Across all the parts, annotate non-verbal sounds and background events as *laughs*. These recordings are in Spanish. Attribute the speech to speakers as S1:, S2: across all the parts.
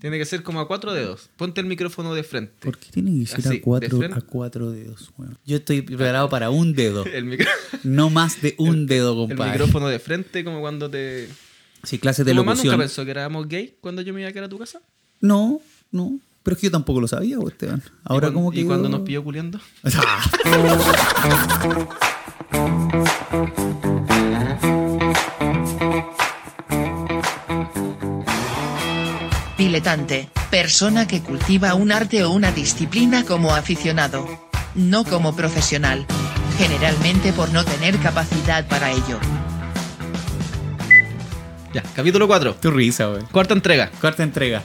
S1: Tiene que ser como a cuatro dedos. Ponte el micrófono de frente.
S2: ¿Por qué tiene que ser
S1: Este, Así,
S2: a
S1: de
S2: cuatro,
S1: frente.
S2: a cuatro dedos? weón? Yo estoy preparado para un
S1: *laughs*
S2: dedo.
S1: El, micro-
S2: No más de un dedo,
S1: el
S2: compadre.
S1: micrófono de frente, como cuando te.
S2: Sí, clases de
S1: ¿Tu mamá nunca
S2: locución.
S1: pensó que éramos gay cuando yo me iba a quedar a tu casa?
S2: No, no. Pero es que yo tampoco lo sabía, pues, Esteban. Ahora
S1: ¿Y cuan-
S2: como que.
S1: ¿Y
S2: yo-
S1: cuando nos pilló culiando?
S2: *laughs* Ah.
S3: Diletante, persona que cultiva un arte o una disciplina como aficionado. No como profesional. Generalmente por no tener capacidad para ello.
S1: Ya, capítulo 4.
S2: Tu risa, güey.
S1: Cuarta entrega.
S2: Cuarta entrega.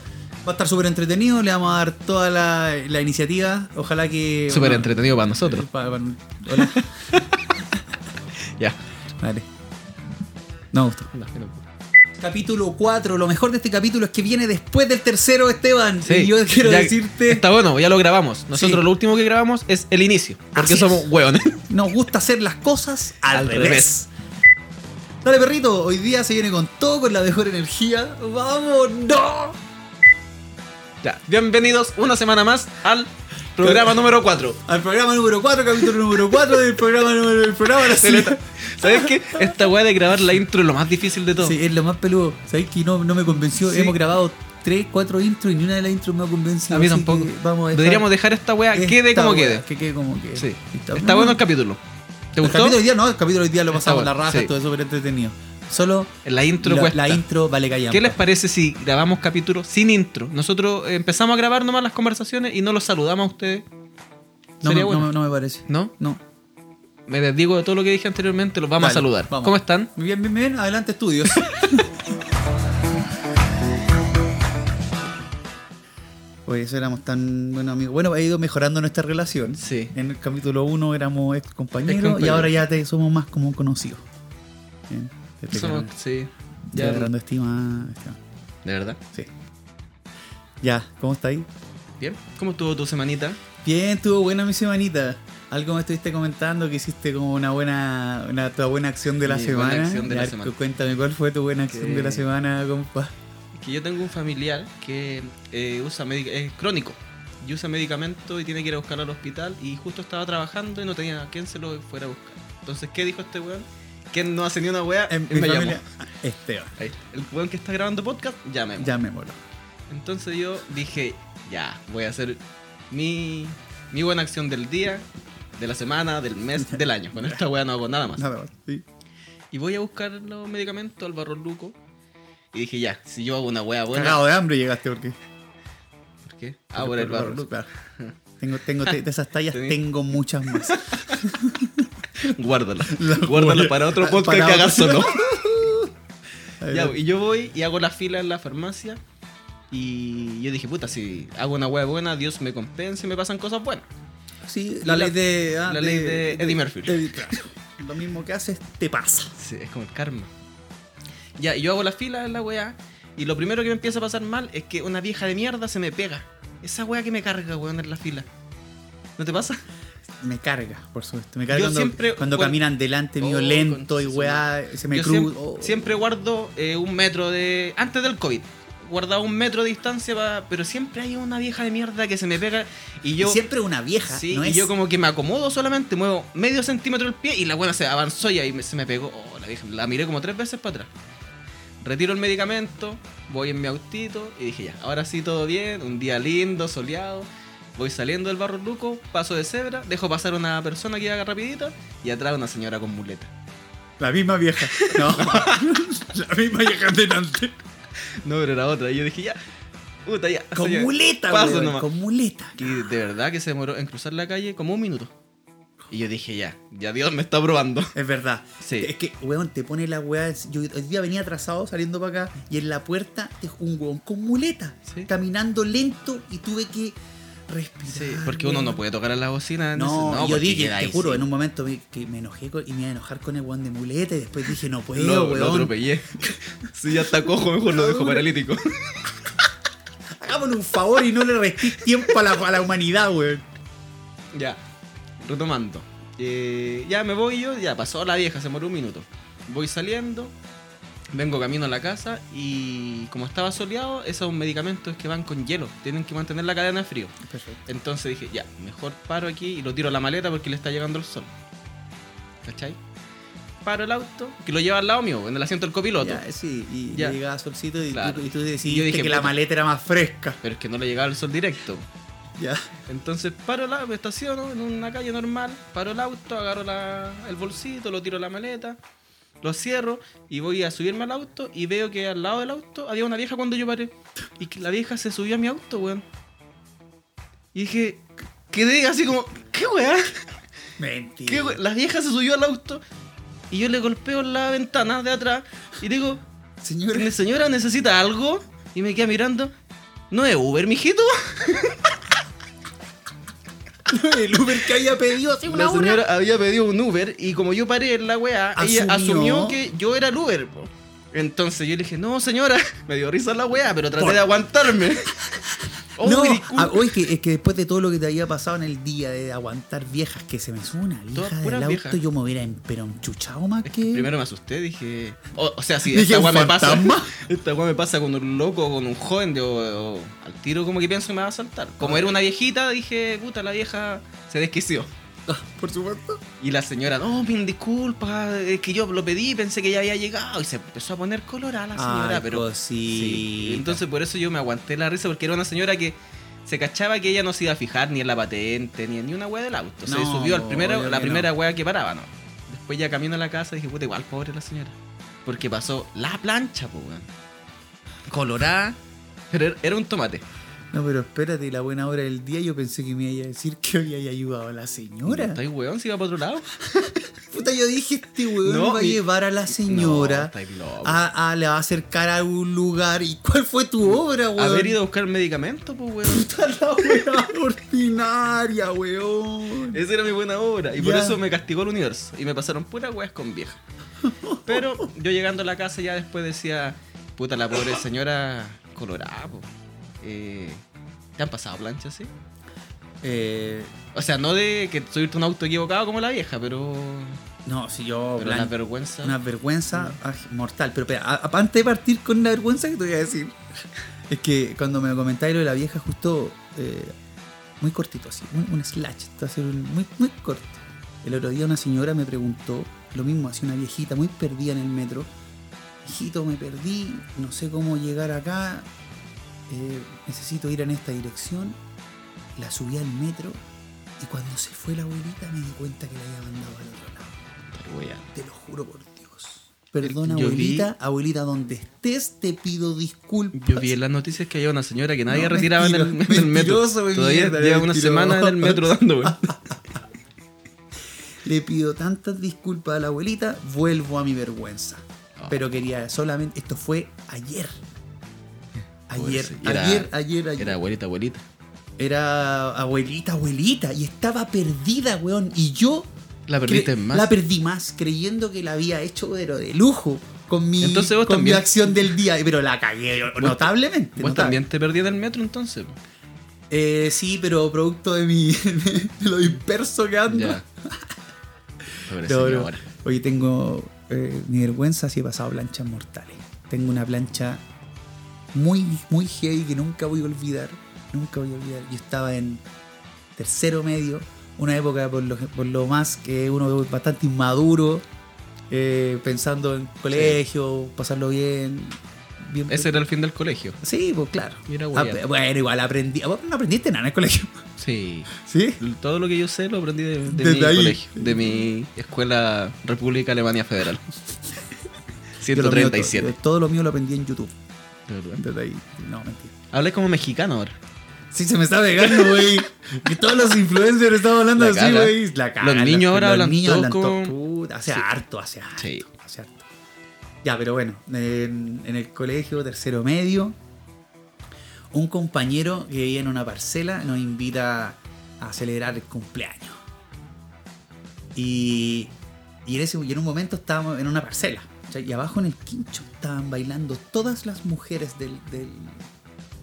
S2: Va a estar súper entretenido, le vamos a dar toda la, la iniciativa. Ojalá que.
S1: Súper
S2: bueno, eh,
S1: entretenido para nosotros.
S2: pa- pa- hola.
S1: Ya.
S2: Dale. No me gustó. Capítulo 4. Lo mejor de este capítulo es que viene después del tercero, Esteban.
S1: Sí,
S2: y yo quiero
S1: ya
S2: decirte.
S1: Está bueno, ya lo grabamos. Nosotros
S2: Sí.
S1: lo último que grabamos es el inicio. Porque
S2: Así es.
S1: somos hueones. *laughs*
S2: Nos gusta hacer las cosas al,
S1: Al
S2: revés.
S1: revés.
S2: Dale, perrito. Hoy día se viene con todo, con la mejor energía. ¡Vamos! ¡No!
S1: Ya. Bienvenidos una semana más al programa número 4.
S2: Al programa número 4, capítulo número 4 del programa número del programa. ahora sí.
S1: ¿Sabes qué? Esta weá de grabar la intro es lo más difícil de todo.
S2: Sí, es lo más peludo. ¿Sabéis que no, no me convenció?
S1: Sí.
S2: Hemos grabado 3, 4 intros y ni una de las intros me ha convencido.
S1: A mí
S2: así
S1: tampoco.
S2: que Vamos a dejar
S1: Deberíamos dejar esta weá quede
S2: esta
S1: como
S2: wea,
S1: quede.
S2: Que quede como quede.
S1: Sí.
S2: Está,
S1: Está bueno el capítulo. ¿Te
S2: El
S1: gustó?
S2: capítulo hoy día no, el capítulo hoy día lo
S1: Está
S2: pasamos
S1: bueno,
S2: la raja,
S1: sí.
S2: todo súper entretenido. Solo
S1: Eh, La intro
S2: la,
S1: cuesta.
S2: la intro vale callar.
S1: ¿Qué les parece si grabamos capítulos sin intro? Nosotros eh, empezamos a grabar nomás las conversaciones y no los saludamos a ustedes.
S2: no, me,
S1: Sería bueno.
S2: no, me- no me parece.
S1: ¿No?
S2: No.
S1: Me desdigo de todo lo que dije anteriormente, los vamos
S2: Dale,
S1: a saludar.
S2: vamos.
S1: ¿Cómo están?
S2: Bien, bien, bien.
S1: *laughs*
S2: Adelante, estudios. Oye, eso éramos tan buenos amigos. Bueno, ha ido mejorando nuestra relación.
S1: Sí.
S2: En el capítulo 1 éramos ex compañeros
S1: Ex-compañeros.
S2: y ahora ya te, somos más como conocidos. Bien, te pegaron-
S1: Somos- sí.
S2: te
S1: Ya,
S2: agarrando estima. Esteban.
S1: de verdad.
S2: Sí. Ya, ¿cómo está ahí?
S1: Bien. ¿Cómo estuvo tu semanita?
S2: Bien, estuvo buena mi semanita. Algo me estuviste comentando que hiciste como una buena, una tu buena acción de la
S1: Mi buena
S2: semana.
S1: acción de
S2: Ya,
S1: la semana.
S2: Cuéntame cuál fue tu buena acción
S1: Que-
S2: de la semana, compa.
S1: Que yo tengo un familiar que eh, usa medic- es crónico y usa medicamento y tiene que ir a buscarlo al hospital y justo estaba trabajando y no tenía a quién se lo fuera a buscar. Entonces, ¿qué dijo este weón? Que no hace ni una weá,
S2: En
S1: él
S2: mi
S1: me llamó.
S2: familia, Ah, Esteban,
S1: Ahí, El weón que está grabando podcast, llámeme.
S2: ya me moro.
S1: Entonces yo dije, ya, voy a hacer mi, mi buena acción del día, de la semana, del
S2: *laughs*
S1: mes, del año. Con esta weá no hago nada más.
S2: Nada más. sí.
S1: Y voy a buscar los medicamentos al barro luco. Y dije, ya, si yo hago una weá buena.
S2: Cagado de hambre llegaste porque.
S1: ¿Por qué? Ah, por el barro luco.
S2: Claro. Tengo, tengo te- de esas tallas
S1: Tení-
S2: tengo muchas más.
S1: Guárdala.
S2: *laughs* La
S1: Guárdala
S2: joya.
S1: para otro
S2: Ah,
S1: podcast
S2: para
S1: que
S2: otro.
S1: hagas
S2: *laughs*
S1: solo. *laughs* Ya,
S2: Adelante.
S1: y yo voy y hago la fila en la farmacia. Y yo dije, puta, si hago una hueá buena, Dios me compensa y me pasan cosas buenas.
S2: Sí, la,
S1: la-
S2: ley de ah,
S1: la ley de Eddie Murphy.
S2: de- claro. Lo mismo que haces te pasa.
S1: Sí, es como el karma. Ya, y yo hago la fila en la weá. Y lo primero que me empieza a pasar mal es que una vieja de mierda se me pega. Esa weá que me carga, weón, en la fila. ¿No te pasa?
S2: Me carga, por supuesto. Me carga
S1: Yo
S2: cuando,
S1: siempre-
S2: cuando
S1: bueno-
S2: caminan delante mío
S1: Oh,
S2: lento
S1: concha
S2: y
S1: su
S2: weá, se me
S1: Yo
S2: cruza. Oh.
S1: siempre, siempre guardo eh, un metro de. Antes del COVID. Guardaba un metro de distancia, pa- pero siempre hay una vieja de mierda que se me pega. Y yo.
S2: siempre una vieja,
S1: Sí,
S2: ¿no
S1: y
S2: es?
S1: yo como que me acomodo solamente, muevo medio centímetro el pie y la buena se avanzó y ahí me- se me pegó. Oh, la, vieja, la miré como tres veces para atrás. Retiro el medicamento, voy en mi autito y dije ya, ahora sí todo bien, un día lindo, soleado. Voy saliendo del barro luco, paso de cebra, dejo pasar una persona que haga rapidita y atrás una señora con muleta. *laughs*
S2: La misma vieja. No. la misma vieja delante.
S1: No, pero era otra. Y yo dije ya, puta ya.
S2: Con
S1: señora,
S2: muleta,
S1: paso
S2: weón,
S1: nomás.
S2: Con muleta.
S1: Y de verdad que se demoró en cruzar la calle como un minuto. Y yo dije ya, ya Dios me está probando.
S2: Es verdad.
S1: Sí.
S2: Es que, weón, te pone la weá. Yo hoy día venía atrasado saliendo para acá y en la puerta es un weón con muleta.
S1: Sí.
S2: Caminando lento y tuve que respirar.
S1: Sí, porque uno
S2: weón.
S1: no puede tocar a la bocina. en
S2: No,
S1: ese-
S2: y yo
S1: porque
S2: dije,
S1: queda
S2: te
S1: ahí,
S2: juro,
S1: sí.
S2: en un momento me, que me enojé con- y me iba a enojar con el weón de muleta y después dije, no puedo,
S1: Lo, lo
S2: weón.
S1: atropellé. *laughs* si ya está cojo, mejor lo dejo
S2: *laughs*
S1: paralítico.
S2: Hagámosle un favor y no le restes tiempo a la, a la humanidad, weón.
S1: ya, retomando. Eh, ya me voy yo, ya pasó la vieja, se moró un minuto. Voy saliendo. Vengo camino a la casa y como estaba soleado, esos medicamentos que van con hielo, tienen que mantener la cadena de frío.
S2: Perfecto.
S1: Entonces dije, ya, mejor paro aquí y lo tiro a la maleta porque le está llegando el sol. ¿Cachai? Paro el auto, que lo lleva al lado mío, en el asiento del copiloto.
S2: Ya, sí, y
S1: Ya.
S2: le llegaba solcito y,
S1: Claro.
S2: tú, y tú decidiste
S1: Y yo dije,
S2: que
S1: puta.
S2: la maleta era más fresca.
S1: Pero es que no le llegaba el sol directo.
S2: Ya.
S1: Entonces paro el auto, me estaciono en una calle normal, paro el auto, agarro la- el bolsito, lo tiro a la maleta, lo cierro y voy a subirme al auto y veo que al lado del auto había una vieja cuando yo paré. Y que la vieja se subió a mi auto, weón. Y dije, quedé así como, ¿qué weón?
S2: Mentira.
S1: ¿Qué, güey? la vieja se subió al auto y yo le golpeo la ventana de atrás y le digo,
S2: Señora.
S1: "Ne- señora, ¿necesita algo? Y me queda mirando, ¿no es Uber, mijito?
S2: *laughs* El Uber que había pedido hace una
S1: la
S2: hora.
S1: señora había pedido un Uber y como yo paré en la weá, ella
S2: Asumió.
S1: asumió que yo era el Uber. po. Entonces yo le dije, no señora, *laughs* me dio risa la weá, pero traté
S2: Por-
S1: de
S2: *laughs*
S1: aguantarme. Oh, Uy,
S2: no,
S1: disculpe.
S2: ah, oye, es que, es que después de todo lo que te había pasado en el día de aguantar viejas que se me sube una
S1: Todas
S2: vieja del
S1: puras
S2: auto,
S1: viejas.
S2: yo me hubiera em- pero enchuchado más
S1: Es
S2: que.
S1: que primero me asusté, dije. "Oh, O, o sea, si
S2: Dije,
S1: esta
S2: ¿un
S1: weá me pasa.
S2: fantasma?
S1: *laughs* Esta weá me pasa con un loco o con un joven de, o- o- al tiro como que pienso que me va a saltar. Como era una viejita, dije, puta, la vieja se desquició. Ah,
S2: Por supuesto.
S1: Y la señora, no, mil disculpas, es que yo lo pedí, pensé que ya había llegado. Y se empezó a poner colorada la señora,
S2: Ay,
S1: pero. Sí.
S2: Ah, sí.
S1: Entonces por eso yo me aguanté la risa, porque era una señora que se cachaba que ella no se iba a fijar ni en la patente, ni en ni una weá del auto. se
S2: No,
S1: subió al primero,
S2: obvio
S1: la
S2: que
S1: primera
S2: no.
S1: weá que paraba, ¿no? Después ya camino a la casa dije, puta, igual pobre la señora. Porque pasó la plancha, po, weón. Colorada. Pero er-, era- era un tomate.
S2: No, pero espérate, la buena hora del día yo pensé que me iba a decir que había ayudado a la señora.
S1: ¿Estáis weón? ¿Se iba para otro lado?
S2: Puta, yo dije, este weón
S1: No,
S2: va a
S1: mi-
S2: llevar a la
S1: No,
S2: señora Ah,
S1: estáis locos.
S2: a, a- la va a acercar a un lugar. ¿Y cuál fue tu obra, weón?
S1: Haber ido a buscar medicamento, pues, weón.
S2: Puta la weá *laughs* ordinaria, weón.
S1: Esa era mi buena obra. Y por
S2: Ya.
S1: eso me castigó el universo. Y me pasaron puras weas con vieja. Pero yo llegando a la casa ya después decía, puta la pobre señora colorada. po. Eh, ¿Te han pasado planchas, sí?
S2: Eh,
S1: O sea, no de que subirte a un auto equivocado como la vieja, pero.
S2: no, si yo.
S1: Pero
S2: blan-
S1: la vergüenza.
S2: Una vergüenza ah, mortal. Pero espera, a- antes de partir con la vergüenza que te voy a decir, *laughs* es que cuando me comentáis lo de la vieja, justo eh, muy cortito, así, un, un slash, está así, un- muy, muy corto. El otro día una señora me preguntó lo mismo, así una viejita muy perdida en el metro. Hijito, me perdí, no sé cómo llegar acá, eh, necesito ir en esta dirección. La subí al metro y cuando se fue la abuelita me di cuenta que la había mandado al otro lado.
S1: Pero, wea.
S2: Te lo juro por Dios. Perdona,
S1: Yo vi-
S2: abuelita. Abuelita, donde estés, te pido disculpas.
S1: Yo vi en las noticias que había una señora que nadie
S2: No,
S1: retiraba en el,
S2: mentiro-
S1: en el metro.
S2: mentiroso, mi
S1: Todavía
S2: mierda,
S1: lleva una
S2: mentiroso.
S1: semana en el metro dando, weón.
S2: *laughs* Le pido tantas disculpas a la abuelita, vuelvo a mi vergüenza.
S1: Ah.
S2: Pero quería solamente. Esto fue ayer. Ayer,
S1: Pobre señora.
S2: ayer, ayer, ayer.
S1: Era abuelita, abuelita.
S2: Era abuelita, abuelita. Y estaba perdida, weón. Y yo.
S1: La perdiste
S2: cre-
S1: más.
S2: La perdí más, creyendo que la había hecho, pero de lujo. Con mi,
S1: Entonces vos
S2: con mi
S1: también.
S2: acción del día. Pero la cagué notablemente.
S1: Vos
S2: notable.
S1: también te perdí en el metro entonces. po.
S2: Eh, sí, pero producto de mi. *laughs* de lo disperso que ando.
S1: Ya. Pobre
S2: No, no.
S1: señora.
S2: Oye, tengo. eh, mi vergüenza si he pasado planchas mortales. Tengo una plancha muy, muy heavy que nunca voy a olvidar. Nunca voy a olvidar. Yo estaba en tercero medio, una época por lo, por lo más que uno es bastante inmaduro, eh, pensando en colegio, pasarlo bien. bien
S1: Ese era el fin del colegio.
S2: Sí, pues claro.
S1: Mira,
S2: Ah,
S1: güey.
S2: bueno, igual aprendí. ¿Vos no aprendiste nada en el colegio? *laughs*
S1: Sí.
S2: ¿Sí?
S1: Todo lo que yo sé lo aprendí de, de
S2: Desde
S1: mi
S2: ahí.
S1: colegio, de mi escuela República Alemania Federal.
S2: *laughs* Yo lo mío to-
S1: 137.
S2: yo todo lo mío lo aprendí en YouTube.
S1: De verdad.
S2: Desde ahí. No, mentira.
S1: Hablé como mexicano ahora.
S2: Sí, se
S1: *laughs*
S2: me está pegando, güey. Que todos los influencers estaban hablando
S1: La
S2: así,
S1: caga.
S2: güey. La caga,
S1: Los niños ahora hablan todo
S2: todo.
S1: como-
S2: Puta, hace
S1: Sí.
S2: harto, hace harto.
S1: Sí.
S2: hace harto. Ya, pero bueno, en, en el colegio, tercero medio, un compañero que vivía en una parcela nos invita a celebrar el cumpleaños. Y, y en, ese, y en un momento estábamos en una parcela. o sea, Y abajo en el quincho estaban bailando todas las mujeres del, del,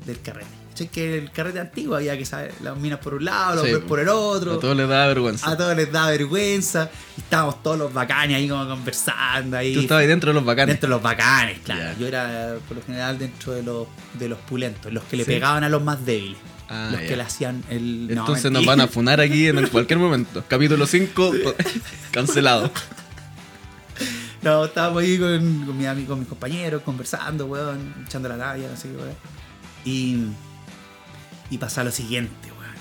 S2: del carrete. ¿Cachai? Que el carrete antiguo había que saber las minas por un lado, los
S1: Sí,
S2: hombres por el otro. Ah,
S1: A todos les da vergüenza.
S2: A todos les da vergüenza. Y estábamos todos los bacanes ahí como conversando ahí.
S1: Tú estabas ahí dentro de los bacanes.
S2: Dentro de los bacanes, claro.
S1: Ya.
S2: Yo era por lo general dentro de los, de los pulentos, los que le
S1: Sí.
S2: pegaban a los más débiles.
S1: Ah,
S2: los
S1: ya.
S2: que le hacían el. no,
S1: Entonces nos
S2: mentira.
S1: van a funar aquí
S2: *laughs*
S1: en el- cualquier momento. Capítulo 5, *laughs* cancelado.
S2: No, estábamos ahí con, con, mi, ami- con mis compañeros, conversando, weón, echando la talla, así, weón. Y, y pasa lo siguiente, weón.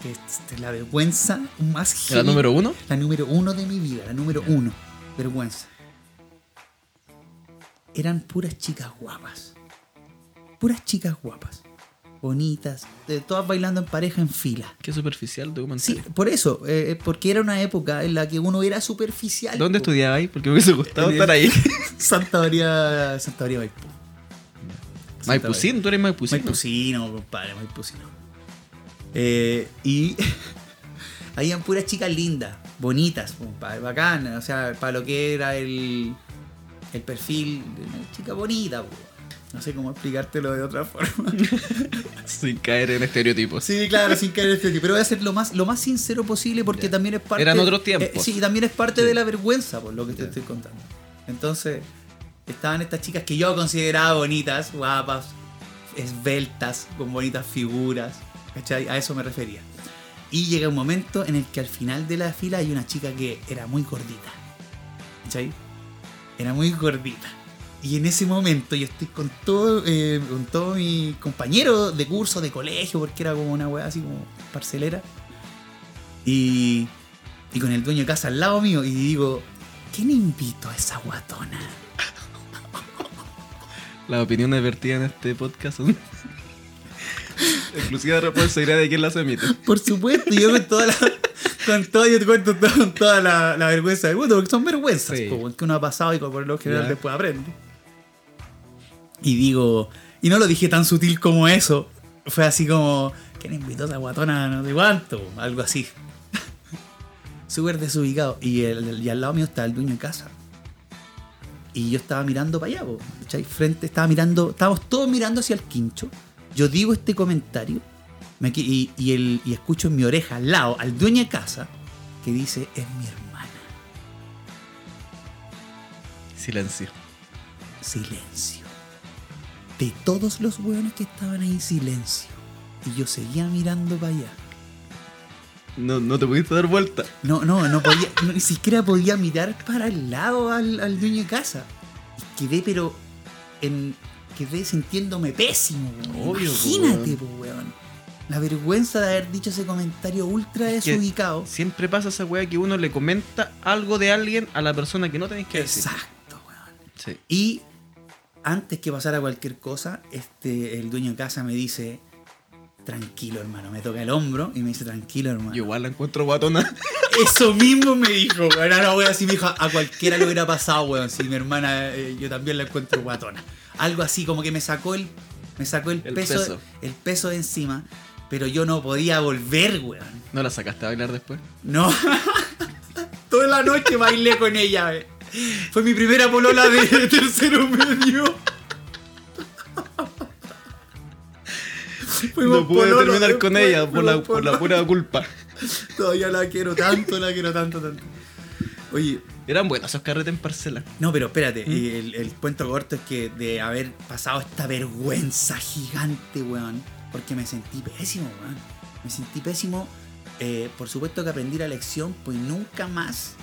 S2: Que esta es este, la vergüenza más
S1: ¿Era
S2: heavy.
S1: número uno?
S2: La número uno de mi vida, la número uno. Vergüenza. Eran puras chicas guapas. Puras chicas guapas. Bonitas, de- todas bailando en pareja en fila.
S1: Qué superficial
S2: Sí,
S1: documentario.
S2: por eso, eh, porque era una época en la que uno era superficial.
S1: ¿Dónde
S2: po.
S1: estudiaba ahí? Porque me hubiese gustado estar ahí.
S2: Santa María, Santa María Maipú. Santa
S1: Maipucín, tú eres
S2: María.
S1: Maipucín.
S2: Maipucino, compadre, Maipucino. Eh, y *laughs* habían puras chicas lindas, bonitas, compadre, bacanas. O sea, para lo que era el, el perfil de una chica bonita, po. No sé cómo explicártelo de otra forma.
S1: Sin caer en estereotipos.
S2: Sí, claro, sin caer en este tipo. Pero voy a ser lo más, lo más sincero posible porque
S1: Ya.
S2: también es parte.
S1: Eran otros tiempos.
S2: eh, sí, y también es parte
S1: Sí.
S2: de la vergüenza por lo que te
S1: Ya.
S2: estoy contando. Entonces, estaban estas chicas que yo consideraba bonitas, guapas, esbeltas, con bonitas figuras. ¿Cachai? A eso me refería. Y llega un momento en el que al final de la fila hay una chica que era muy gordita. ¿Cachai? Era muy gordita. Y en ese momento yo estoy con todo, eh, con todo mi compañero de curso, de colegio, porque era como una weá así como parcelera. Y, y con el dueño de casa al lado mío y digo, ¿quién invito a esa guatona?
S1: Las opiniones vertidas en este podcast son. *laughs* Exclusiva responsabilidad de quien las emite.
S2: Por supuesto, y yo con toda la. *laughs* Con todo, yo te cuento todo- con toda la, la vergüenza del mundo, porque son vergüenzas
S1: Sí.
S2: po, que uno ha pasado y que por lo general
S1: Ya.
S2: después aprende. Y digo, y no lo dije tan sutil como eso, fue así como, ¿quién invitó a esa guatona? No sé cuánto, algo así. *laughs* Súper desubicado. Y, el- y al lado mío estaba el dueño de casa. Y yo estaba mirando para allá, po, ¿cachai? Frente, estaba mirando, estábamos todos mirando hacia el quincho. Yo digo este comentario me qui- y, y el, y escucho en mi oreja al lado al dueño de casa que dice, es mi hermana.
S1: Silencio.
S2: Silencio. De todos los hueones que estaban ahí, silencio. Y yo seguía mirando para allá.
S1: No, no te pudiste dar vuelta.
S2: No, no, no podía, no, ni siquiera podía mirar para el lado al, al dueño de casa. Y quedé, pero, en, quedé sintiéndome pésimo, weón.
S1: Obvio, pues, po,
S2: Imagínate, po, weón. La vergüenza de haber dicho ese comentario ultra
S1: Es que-
S2: desubicado.
S1: Siempre pasa esa weá que uno le comenta algo de alguien a la persona que no tenés que decir.
S2: Exacto, weón.
S1: Sí.
S2: Y antes que pasara cualquier cosa, este, el dueño de casa me dice, tranquilo hermano, me toca el hombro y me dice, tranquilo hermano.
S1: Yo igual la encuentro guatona.
S2: Eso mismo me dijo, weón. Ahora voy así, me dijo, a cualquiera le hubiera pasado, weón. Si mi hermana, eh, yo también la encuentro guatona. Algo así, como que me sacó el, me sacó el,
S1: El
S2: peso,
S1: peso.
S2: el peso de encima, pero yo no podía volver, weón.
S1: *laughs* ¿No la sacaste a bailar después?
S2: No. *laughs* Toda la noche bailé con ella, eh. Fue mi primera polola de *laughs* tercero medio.
S1: *laughs*
S2: Fuimos
S1: no pude
S2: pololos,
S1: terminar con
S2: fuimos-
S1: ella por la,
S2: fuimos
S1: por la
S2: pololos.
S1: pura culpa.
S2: Todavía la quiero tanto, la quiero tanto, tanto. Oye,
S1: Eran buenos esos carretes en parcela.
S2: no, pero espérate,
S1: ¿Mm?
S2: y el, el cuento corto es que de haber pasado esta vergüenza gigante, weón, porque me sentí pésimo, weón. Me sentí pésimo, eh, por supuesto que aprendí la lección, pues nunca más,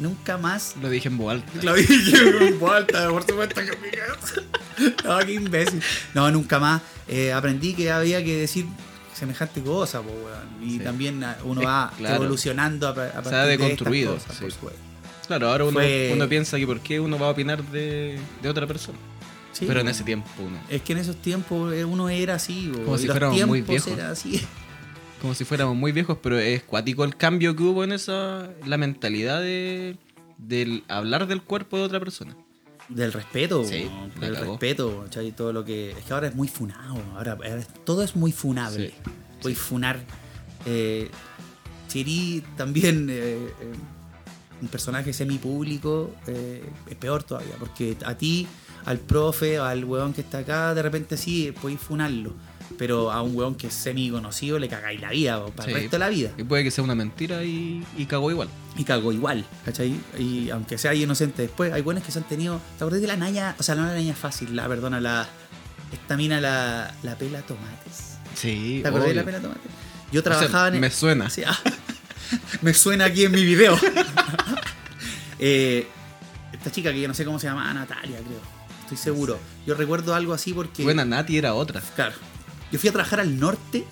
S2: nunca más
S1: Lo dije en voz alta. *laughs*
S2: la dije con falta, por supuesto que me cago. *laughs* No, qué imbécil. No, nunca más. Eh, aprendí que había que decir semejante cosa, po, weón. Y
S1: Sí.
S2: también ah, uno
S1: Es-
S2: va
S1: claro.
S2: evolucionando a, pa- a partir
S1: deconstruido,
S2: de estas cosas, por
S1: sí.
S2: supuesto.
S1: Claro, ahora uno,
S2: Fue-
S1: uno piensa que por qué uno va a opinar de, de otra persona.
S2: Sí,
S1: Pero en
S2: po.
S1: ese tiempo uno.
S2: Es que en esos tiempos eh, uno era así, po,
S1: Como
S2: y
S1: si
S2: los
S1: fuéramos muy
S2: tiempos
S1: viejos.
S2: era así. *laughs*
S1: Como si fuéramos muy viejos, pero es cuático el cambio que hubo en esa. La mentalidad de. Del hablar del cuerpo de otra persona.
S2: Del respeto,
S1: Sí,
S2: weón,
S1: la
S2: del
S1: cagó.
S2: respeto, ¿cachai? Todo lo que. Es que ahora es muy funado, ahora, ahora es- todo es muy funable.
S1: Sí,
S2: Voy a funar. Eh, Siri también, *laughs* eh, eh, un personaje semipúblico, eh, es peor todavía, porque a ti, al profe, al weón que está acá, de repente sí, podéis funarlo. Pero a un weón que es semi conocido le cagáis la vida, po, para
S1: Sí.
S2: el resto de la vida.
S1: Y puede que sea una mentira y, y cagó igual.
S2: Y cagó igual, ¿cachai? Y aunque sea inocente después, hay buenos que se han tenido. ¿Te acordás de la Naya? O sea, no la Naya fácil, la perdona, la. Esta mina la, la pela tomates.
S1: Sí,
S2: ¿Te acordás de la
S1: obvio.
S2: pela tomates? Yo
S1: O sea,
S2: trabajaba en.
S1: Me suena.
S2: Sí, ah, *laughs* me suena aquí en
S1: *laughs*
S2: mi video. Eh, esta chica que yo no sé cómo se llama, Natalia, creo. Estoy seguro. Yo recuerdo algo así porque.
S1: Buena Nati era otra.
S2: Claro. Yo fui a trabajar al norte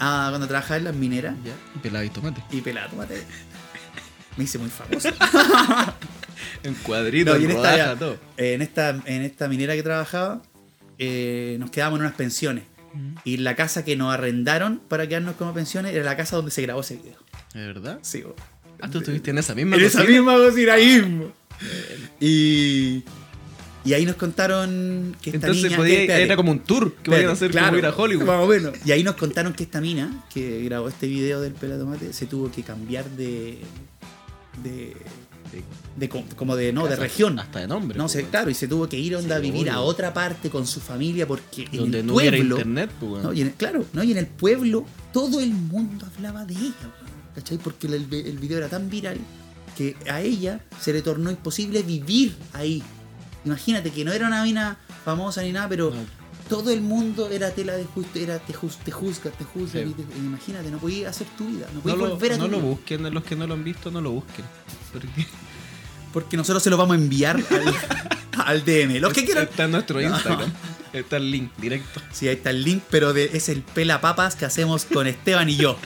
S2: ah, cuando trabajaba en las mineras
S1: Ya. Y pelada y tomate.
S2: y pelado, tomate. Me hice muy famoso.
S1: En cuadrito,
S2: No, y
S1: en
S2: en esta-
S1: rodaja, todo.
S2: en esta, en esta minera que trabajaba, eh, nos quedábamos en unas pensiones. Y la casa que nos arrendaron para quedarnos como pensiones era la casa donde se grabó ese video.
S1: ¿De verdad?
S2: Sí, bo.
S1: Ah, tú estuviste en esa misma
S2: en esa
S1: cocina? Ah,
S2: misma cocina ahí mismo. Y, y ahí nos contaron que esta
S1: Entonces
S2: niña.
S1: podía,
S2: espérate,
S1: era como un tour que podían
S2: espérate,
S1: hacer
S2: claro,
S1: como ir a Hollywood.
S2: Más o menos. Y ahí nos contaron que esta mina que grabó este video del pelatomate se tuvo que cambiar de. de.
S1: Sí.
S2: de com- como de. no, de
S1: Hasta-
S2: región.
S1: Hasta de nombre.
S2: No
S1: pues,
S2: sé,
S1: weón.
S2: claro, y se tuvo que ir onda a
S1: Sí,
S2: vivir a
S1: obvio.
S2: otra parte con su familia porque en
S1: Donde
S2: el
S1: no hubiera
S2: pueblo.
S1: internet, pues, weón.
S2: No, y en el- claro, ¿no? Y en el pueblo todo el mundo hablaba de ella, weón, ¿cachai? Porque el, el video era tan viral que a ella se le tornó imposible vivir ahí. Imagínate que no era una mina famosa ni nada, pero
S1: No.
S2: todo el mundo era tela de justo, era te, juz- te juzga, te juzga,
S1: Sí.
S2: y te- imagínate, no podías hacer tu vida, no
S1: No
S2: podías
S1: lo,
S2: volver a
S1: no
S2: tu
S1: lo
S2: vida.
S1: busquen, los que no lo han visto, no lo busquen.
S2: *laughs*
S1: Porque
S2: Porque nosotros se lo vamos a enviar al, *laughs* al DM. Los que quieran.
S1: Está en nuestro
S2: *laughs*
S1: Instagram. Está el link directo.
S2: Sí, ahí está el link, pero de- es el pela papas que hacemos con Esteban y yo.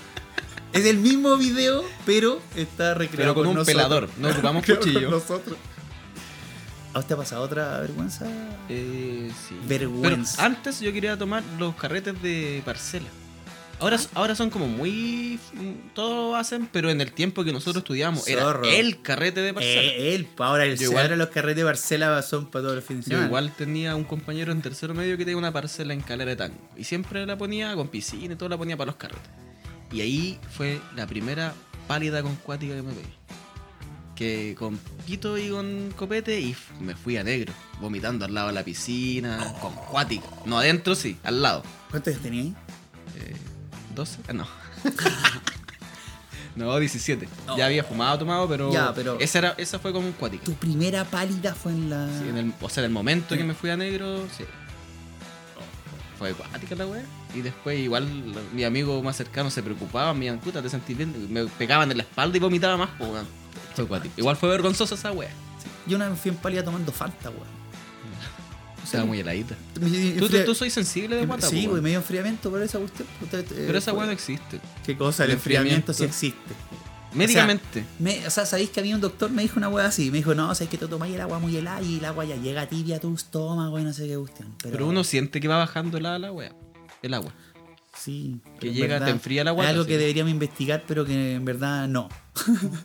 S2: Es el mismo video, pero está recreado
S1: Pero con
S2: por
S1: un
S2: nosotros.
S1: pelador. No
S2: *laughs*
S1: ocupamos
S2: Recreado por
S1: cuchillo.
S2: nosotros. ¿A usted ha pasado otra vergüenza?
S1: Eh, sí.
S2: Vergüenza.
S1: Pero antes yo quería tomar los carretes de parcela. Ahora,
S2: Ah.
S1: ahora son como muy. Todos lo hacen, pero en el tiempo que nosotros estudiamos era
S2: Zorro.
S1: el carrete de parcela.
S2: Eh, él, pa, ahora el
S1: Yo igual.
S2: ahora los carretes de Barcela son para todos los fines de
S1: Yo
S2: semana.
S1: igual tenía un compañero en tercero medio que tenía una parcela en Calera de Tango. Y siempre la ponía con piscina y todo, la ponía para los carretes. Y ahí fue la primera pálida con cuática que me pegué. Que con pito y con copete y f- me fui a negro. Vomitando al lado de la piscina, con
S2: Oh.
S1: cuática. No adentro, sí, al lado.
S2: ¿Cuántos años tenía ahí?
S1: Eh, ¿12? Ah,
S2: *laughs*
S1: no. no, 17.
S2: No.
S1: Ya había fumado, tomado, pero,
S2: Ya, pero-
S1: Esa, era, esa fue con cuática.
S2: Tu primera pálida fue en la.
S1: Sí, en el- o sea, en el momento
S2: Sí. Oh.
S1: que me fui a negro, sí. Fue acuática la weá. Y después, igual, lo- mi amigo más cercano se preocupaba, me decían, puta, te sentís bien. Y Me pegaban en la espalda y vomitaba más, po, weón. Fue acuático. Igual fue vergonzosa esa weá.
S2: Yo una vez fui en pálida tomando Fanta, weón.
S1: Estaba muy heladita.
S2: Me-
S1: Tú, tú, tú soy sensible de guata,
S2: Sí,
S1: po,
S2: güey,
S1: weón.
S2: medio enfriamiento por esa cuestión. Puta, eh,
S1: Pero esa
S2: fue-
S1: weá no existe.
S2: Qué cosa, el
S1: El
S2: enfriamiento
S1: enfriamiento.
S2: sí existe.
S1: Médicamente.
S2: Me- o sea, sabéis que había un doctor me dijo una hueá así. Me dijo, no, sabéis que te tomáis el agua muy helada y el agua ya llega tibia a tu estómago y no sé qué cuestión. Pero,
S1: pero... uno siente que va bajando la, la weá. El
S2: *laughs*
S1: agua.
S2: sí,
S1: que
S2: en
S1: llega, te enfría el agua,
S2: Es algo
S1: sí.
S2: que deberíamos investigar, pero que en verdad no.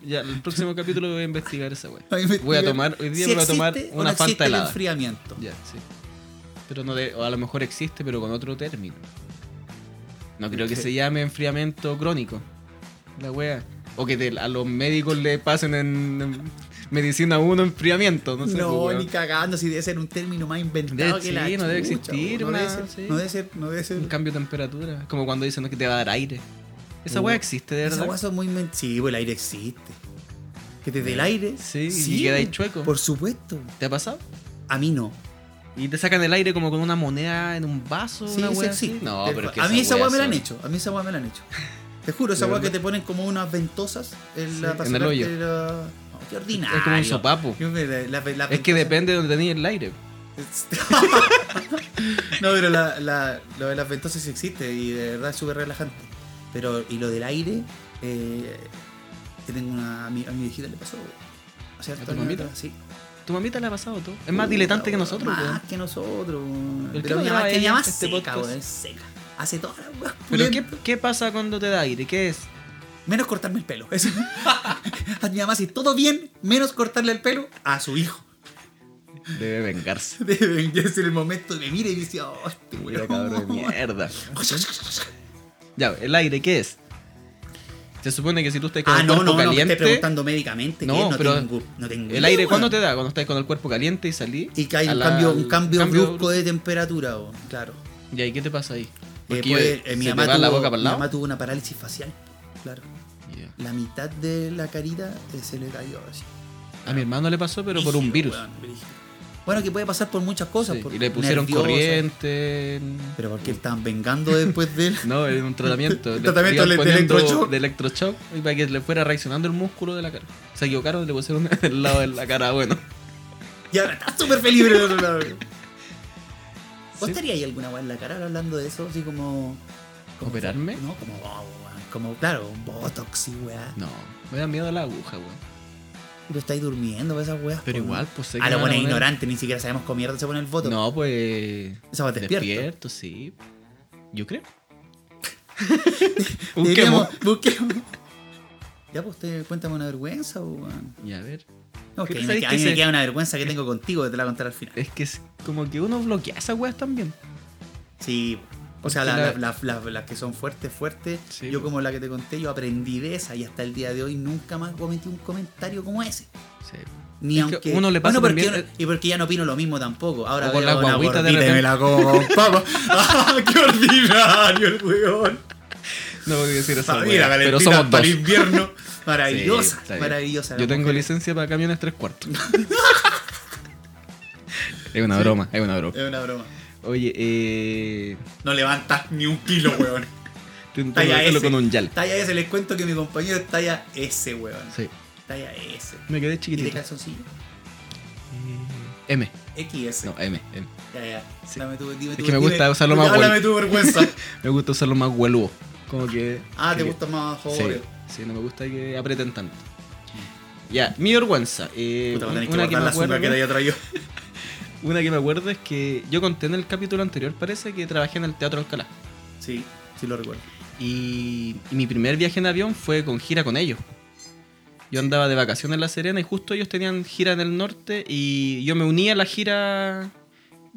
S1: Ya, el próximo capítulo voy a investigar esa weá.
S2: Voy a
S1: Voy a
S2: investigar
S1: tomar, hoy día
S2: si
S1: me voy a tomar
S2: existe o no
S1: una
S2: existe
S1: falta
S2: el
S1: helada.
S2: enfriamiento.
S1: Ya, sí. Pero no de- o a lo mejor existe, pero con otro término. No creo que
S2: Sí.
S1: se llame enfriamiento crónico. La wea. O que te- a los médicos le pasen en, en medicina 1 enfriamiento. No sé. pues,
S2: No,
S1: weón.
S2: ni cagando, si debe ser un término más inventado
S1: Debe-
S2: que la
S1: sí, no debe
S2: chucha,
S1: existir
S2: weón. no,
S1: una-
S2: debe
S1: sí.
S2: ser, no debe ser, no debe ser.
S1: Un cambio de temperatura. Como cuando dicen "No, que te va a dar aire. Esa
S2: Uh,
S1: wea existe, de
S2: Esa
S1: verdad.
S2: hueá son muy men- Sí, pues el aire existe. Que desde el aire.
S1: Sí, y quedáis
S2: weón,
S1: chueco.
S2: Por supuesto.
S1: ¿Te ha pasado?
S2: A mí no.
S1: Y te sacan el aire como con una moneda en un vaso.
S2: Sí,
S1: una
S2: eso
S1: wea
S2: existe.
S1: así. No,
S2: Te-
S1: pero es que
S2: a mí esa
S1: wea
S2: weá me la han
S1: son-
S2: hecho. A mí esa weá me la han hecho. Te juro, esa
S1: De
S2: weá que
S1: verdad.
S2: te ponen como unas ventosas en
S1: Sí,
S2: la
S1: en
S2: para
S1: el
S2: sacarte
S1: hoyo.
S2: la- No, qué ordinario.
S1: Es como un sopapo.
S2: Yo me- la- la- la
S1: Es que
S2: ventosa-
S1: depende de donde tenías el aire.
S2: *laughs* no, pero la, la- lo de las ventosas sí existe y de verdad es súper relajante. Pero, y lo del aire, eh, que tengo una. A mi, a mi viejita le pasó. ¿Cierto?
S1: ¿A tu mamita?
S2: Sí.
S1: Tu mamita le ha pasado todo. Es más
S2: Puta,
S1: diletante que
S2: weón,
S1: nosotros,
S2: Más
S1: weón.
S2: que nosotros. weón.
S1: ¿El
S2: Pero
S1: qué
S2: mi
S1: graba
S2: mamá es que mi
S1: ella
S2: mamá es
S1: este
S2: seca,
S1: podcast?
S2: weón, es seca. Hace todas las weas
S1: ¿Pero
S2: pulentas.
S1: qué, qué pasa cuando te da aire? ¿Qué es?
S2: Menos cortarme el pelo. *laughs* Eso. a mi mamá, si todo bien, menos cortarle el pelo a su hijo. *laughs*
S1: Debe *laughs* vengarse.
S2: Deben que es el momento de mira y dice, oh, este
S1: Mira,
S2: weón".
S1: cabrón de mierda. Ya, el aire, ¿qué es? Se supone que si tú estás con
S2: Ah,
S1: el
S2: no,
S1: cuerpo
S2: no, no, me
S1: caliente.
S2: estoy preguntando médicamente.
S1: No,
S2: que no,
S1: pero
S2: tengo, no tengo
S1: ¿El
S2: idea,
S1: aire
S2: weón.
S1: cuándo te da? Cuando estás con el cuerpo caliente y salí.
S2: Y que hay
S1: a
S2: un
S1: la-
S2: cambio, un
S1: al-
S2: cambio, brusco de temperatura, weón, oh, claro.
S1: ¿Y ahí qué te pasa ahí?
S2: Y
S1: Porque
S2: pues,
S1: yo-
S2: eh, mi,
S1: ¿se te
S2: mamá
S1: va la
S2: tuvo-
S1: boca para el
S2: mi
S1: lado?
S2: mamá tuvo una parálisis facial. Claro.
S1: Ya.
S2: La mitad de la carita eh, se le cayó así.
S1: A mi hermano le pasó, pero por un
S2: Brígido,
S1: virus.
S2: weón, brígido. bueno, que puede pasar por muchas cosas.
S1: Sí,
S2: por
S1: Y le pusieron
S2: nervioso,
S1: corriente.
S2: Pero porque estaban vengando después de él.
S1: No, era un
S2: *laughs*
S1: tratamiento. Le
S2: Tratamiento
S1: iban
S2: de- de
S1: poniendo
S2: electroshock.
S1: de electroshock y para que le fuera reaccionando el músculo de la cara. Se equivocaron, le pusieron *laughs* el lado de la cara, bueno.
S2: Y ahora está súper feliz por el otro lado. ¿Vos
S1: Sí.
S2: estaríais alguna weá en la cara ahora hablando de eso? Así como. como-
S1: ¿Operarme?
S2: No, como. wow, weón, como, claro, botox y weá.
S1: No, me da miedo la aguja, weón.
S2: Pero estáis durmiendo con esas weas.
S1: Pero
S2: po,
S1: igual,
S2: ¿no?
S1: pues, sé
S2: Ah,
S1: que
S2: lo
S1: me van
S2: pones
S1: a poner-
S2: ignorante, ni siquiera sabemos cómo mierda se pone el botox.
S1: No, pues.
S2: Esa va despierto.
S1: Despierto, sí. Yo
S2: *laughs*
S1: creo.
S2: Diríamos,
S1: Busquemos.
S2: busquemos. Ya, pues, usted cuéntame una vergüenza, po, weón.
S1: Y a ver.
S2: No, que
S1: ¿Qué
S2: me
S1: sabéis
S2: queda- a
S1: que
S2: mí me
S1: se-
S2: queda una vergüenza que tengo contigo, que te la voy a contar al final.
S1: Es que es como que uno bloquea esas weas también.
S2: Sí. O sea,
S1: Porque
S2: la- la-
S1: la-
S2: las las- las que son fuertes, fuertes.
S1: Sí,
S2: yo
S1: po.
S2: como la que te conté, yo aprendí de esa y hasta el día de hoy nunca más cometí un comentario como ese.
S1: Sí.
S2: Ni
S1: Es que
S2: aunque...
S1: uno le pasa
S2: Bueno, porque
S1: también-
S2: uno- y porque ya no opino lo mismo tampoco. Ahora
S1: O con
S2: veo
S1: la
S2: una
S1: guaguita de
S2: gordita y
S1: repente.
S2: me la como con papa. *laughs* ¡Ah, qué ordinario el weón!
S1: No voy a decir esa
S2: Sabía
S1: wea,
S2: la
S1: Pero
S2: Valentina
S1: somos
S2: para
S1: dos.
S2: el invierno.
S1: *laughs* Sí,
S2: Maravillosa,
S1: está bien.
S2: maravillosa.
S1: Yo
S2: la
S1: tengo
S2: mujer.
S1: licencia para camiones tres
S2: *laughs*
S1: cuartos. es una broma, es una broma.
S2: Es una broma.
S1: Oye, eh.
S2: No levantas ni un kilo, weón.
S1: Intento
S2: Talla
S1: hacerlo
S2: S.
S1: con un yal.
S2: Talla S, les cuento que mi compañero es talla S, weón.
S1: Sí.
S2: Talla S.
S1: Me quedé
S2: ¿Y de
S1: chiquitito. Eh,
S2: calzoncillo?
S1: M.
S2: XS.
S1: No, M. M.
S2: Ya, ya.
S1: Sí.
S2: Dame tu, dime
S1: Es
S2: tu-
S1: que me
S2: dime-
S1: gusta usarlo más
S2: Háblame
S1: bueno.
S2: tu vergüenza.
S1: *laughs* Me gusta usarlo más hueludo. Como que.
S2: ah, te
S1: que-
S2: gusta más
S1: Sí, Eh,
S2: joven.
S1: sí, no me gusta que apreten tanto. Ya, mi vergüenza. eh,
S2: Puta, me tenés que
S1: una, que
S2: guardar
S1: me
S2: la azúcar que te
S1: acuerdo,
S2: haya
S1: *laughs*
S2: traído.
S1: una que me acuerdo es que yo conté en el capítulo anterior, parece que trabajé en el Teatro Alcalá.
S2: Sí, sí lo recuerdo.
S1: Y, y mi primer viaje en avión fue con gira con ellos. Yo andaba de vacaciones en La Serena y justo ellos tenían gira en el norte y yo me uní a la gira...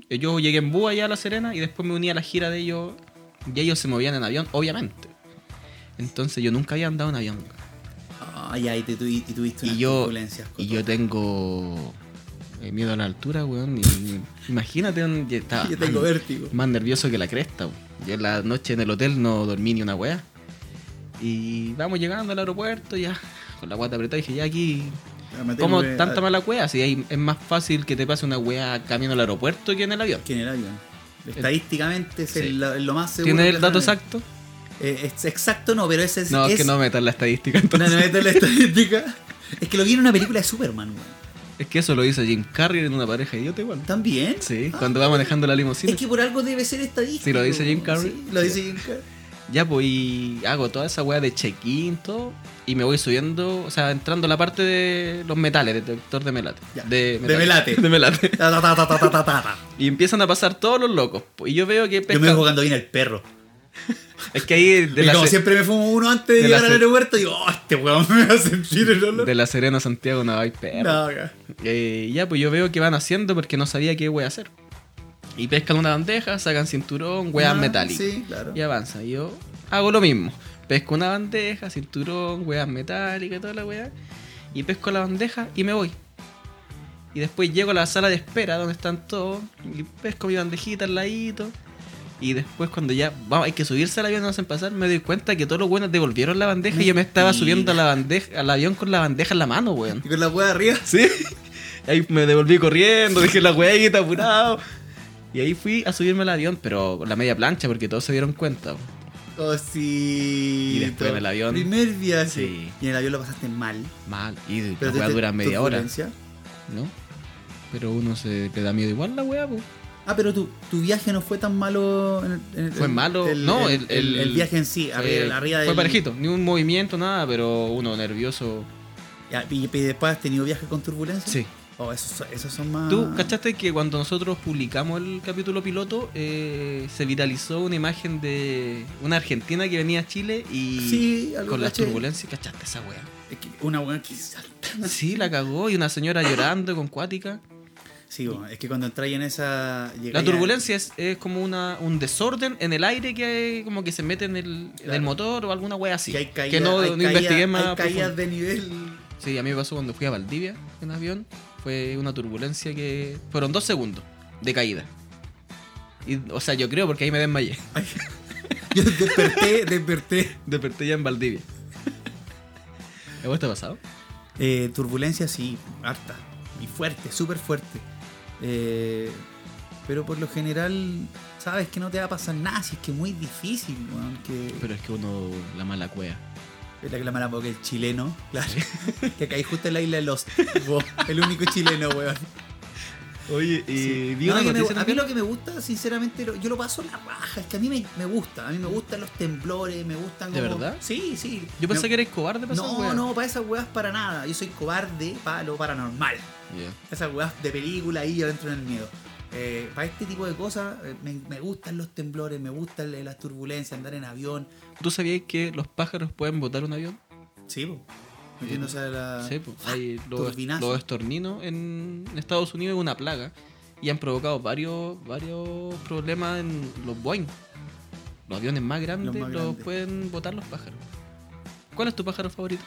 S1: eh, Yo llegué en búho allá a La Serena y después me uní a la gira de ellos y ellos se movían en avión, obviamente. Entonces yo nunca había andado en avión.
S2: Ah, ya, y, te, tu- y tuviste
S1: Y
S2: unas
S1: yo-
S2: turbulencias.
S1: Y yo tengo eh, miedo a la altura, weón. y- y- imagínate, un-
S2: *laughs*
S1: yo estaba
S2: Yo
S1: *laughs*
S2: tengo
S1: más,
S2: vértigo.
S1: más nervioso que la cresta. weón. Yo en la noche en el hotel no dormí ni una weá. Y vamos llegando al aeropuerto, ya con la guata apretada, dije, ya aquí,
S2: Me tengo
S1: como
S2: que-
S1: tanta
S2: ah,
S1: mala weá? Si hay- es más fácil que te pase una weá camino al aeropuerto que en el avión.
S2: ¿Quién era avión? Estadísticamente es
S1: Sí.
S2: el- la- lo más seguro.
S1: ¿Tienes
S2: que
S1: el dato
S2: hacen.
S1: exacto?
S2: Eh, es exacto no, pero ese es.
S1: No, es
S2: es- *laughs*
S1: que no metan la estadística
S2: No, no,
S1: entonces.
S2: esta es la estadística. Es que lo vi en una película de Superman, weón.
S1: Es que eso lo hizo Jim Carrey en una pareja idiota igual.
S2: ¿También?
S1: Sí,
S2: Ah,
S1: cuando va manejando la limusina.
S2: Es que por algo debe ser estadístico.
S1: Sí, lo dice Jim
S2: weón.
S1: Carrey.
S2: Sí, lo dice Jim Carrey.
S1: Ya, pues, y hago toda esa weá de check-in, todo. Y me voy subiendo, o sea, entrando a la parte de los metales, detector de melate.
S2: Ya.
S1: De
S2: De melate.
S1: *laughs* De melate.
S2: Ta, ta, ta, ta, ta, ta, ta, ta.
S1: Y empiezan a pasar todos los locos. po, Y yo veo que
S2: Yo me
S1: pescan.
S2: voy jugando bien el perro.
S1: Es que ahí de
S2: y
S1: la,
S2: como
S1: Se-
S2: siempre me fumo uno antes de,
S1: de la
S2: llegar al
S1: se-
S2: aeropuerto, digo, oh, este weón me va a sentir el olor.
S1: de la Serena a Santiago no hay perro.
S2: No, acá.
S1: Eh, ya, pues yo veo que van haciendo porque no sabía qué voy a hacer. Y pescan una bandeja, sacan cinturón, weas
S2: Ah,
S1: metálicas.
S2: Sí, claro.
S1: Y avanzan. Y yo hago lo mismo. Pesco una bandeja, cinturón, weas metálicas, toda la wea. Y pesco la bandeja y me voy. Y después llego a la sala de espera donde están todos. Y pesco mi bandejita al ladito. Y después cuando ya vamos, hay que subirse al avión, no hacen pasar, me doy cuenta que todos los buenos devolvieron la bandeja y yo me estaba
S2: Mentira.
S1: subiendo a la bandeja, al avión con la bandeja en la mano, weón.
S2: Y con la hueá arriba.
S1: Sí. Ahí me devolví corriendo, dejé la huevita apurado. Y ahí fui a subirme al avión, pero con la media plancha, porque todos se dieron cuenta.
S2: Cosito.
S1: Y después en el avión.
S2: Primer viaje.
S1: Sí.
S2: Y en el avión lo pasaste mal.
S1: Mal. Y la weá
S2: Pero tuviste
S1: dura media hora,
S2: turbulencia.
S1: ¿no? Pero uno se le da miedo igual la weá, po.
S2: Ah, pero tu, tu viaje no fue tan malo. en el- en el-
S1: Fue malo. No, el- el-
S2: el viaje en sí,
S1: Fue,
S2: arriba, arriba del.
S1: Eh, fue parejito, ni un movimiento, nada, pero uno nervioso.
S2: Ya, y, y después has tenido viajes con turbulencia.
S1: Sí.
S2: Oh, esos, son- esos son más.
S1: ¿Tú cachaste que cuando nosotros publicamos el capítulo piloto, eh, se viralizó una imagen de una argentina que venía a Chile y
S2: Sí, algo
S1: con las
S2: caché.
S1: turbulencias, ¿cachaste esa weá?
S2: Es que Una weá que salta.
S1: Sí, la cagó y una señora llorando con cuática.
S2: Sí, bueno, es que cuando entráis en esa. llegáis
S1: La
S2: a-
S1: turbulencia es, es como una, un desorden en el aire que como que se mete en el, en el motor o alguna wea así.
S2: Que hay caídas.
S1: que no,
S2: hay
S1: no
S2: caídas-
S1: investigué más.
S2: Hay caídas
S1: profundo.
S2: de nivel.
S1: Sí, a mí me pasó cuando fui a Valdivia en avión. Fue una turbulencia que fueron dos segundos de caída. Y, o sea, yo creo porque ahí me desmayé. *laughs*
S2: Yo desperté, *laughs* desperté.
S1: Desperté ya en Valdivia. *laughs* ¿A vos te ha pasado?
S2: Eh, turbulencia, sí, harta. Y fuerte, súper fuerte. Eh, pero por lo general, sabes que no te va a pasar nada, si es que es muy difícil, weón. Que
S1: Pero es que uno, la mala cueva.
S2: Es la que la mala porque el chileno, claro. *laughs* que caí justo en la isla de los. vos, el único chileno, weón.
S1: Oye, y
S2: Sí.
S1: vi
S2: No,
S1: una
S2: que me-
S1: noticia
S2: a mí
S1: también.
S2: lo que me gusta, sinceramente, lo- yo lo paso la raja. Es que a mí me, me gusta. A mí me gustan los temblores, me gustan.
S1: ¿De
S2: como-
S1: verdad?
S2: Sí, sí.
S1: Yo pensé
S2: Me-
S1: que eres cobarde para
S2: No, no, para esas weas para nada. Yo soy cobarde para lo paranormal. Esas weas de película ahí adentro en el miedo. Eh, para este tipo de cosas eh, me, me gustan los temblores, me gustan le- las turbulencias, andar en avión.
S1: ¿Tú sabías que los pájaros pueden botar un avión?
S2: Sí, po. Metiéndose a la. Ah,
S1: Sí, pues, hay los,
S2: turbinazo.
S1: los estorninos en Estados Unidos es una plaga y han provocado varios varios problemas en los Boeing. Los aviones más grandes los,
S2: Los más grandes.
S1: pueden botar los pájaros. ¿Cuál es tu pájaro favorito?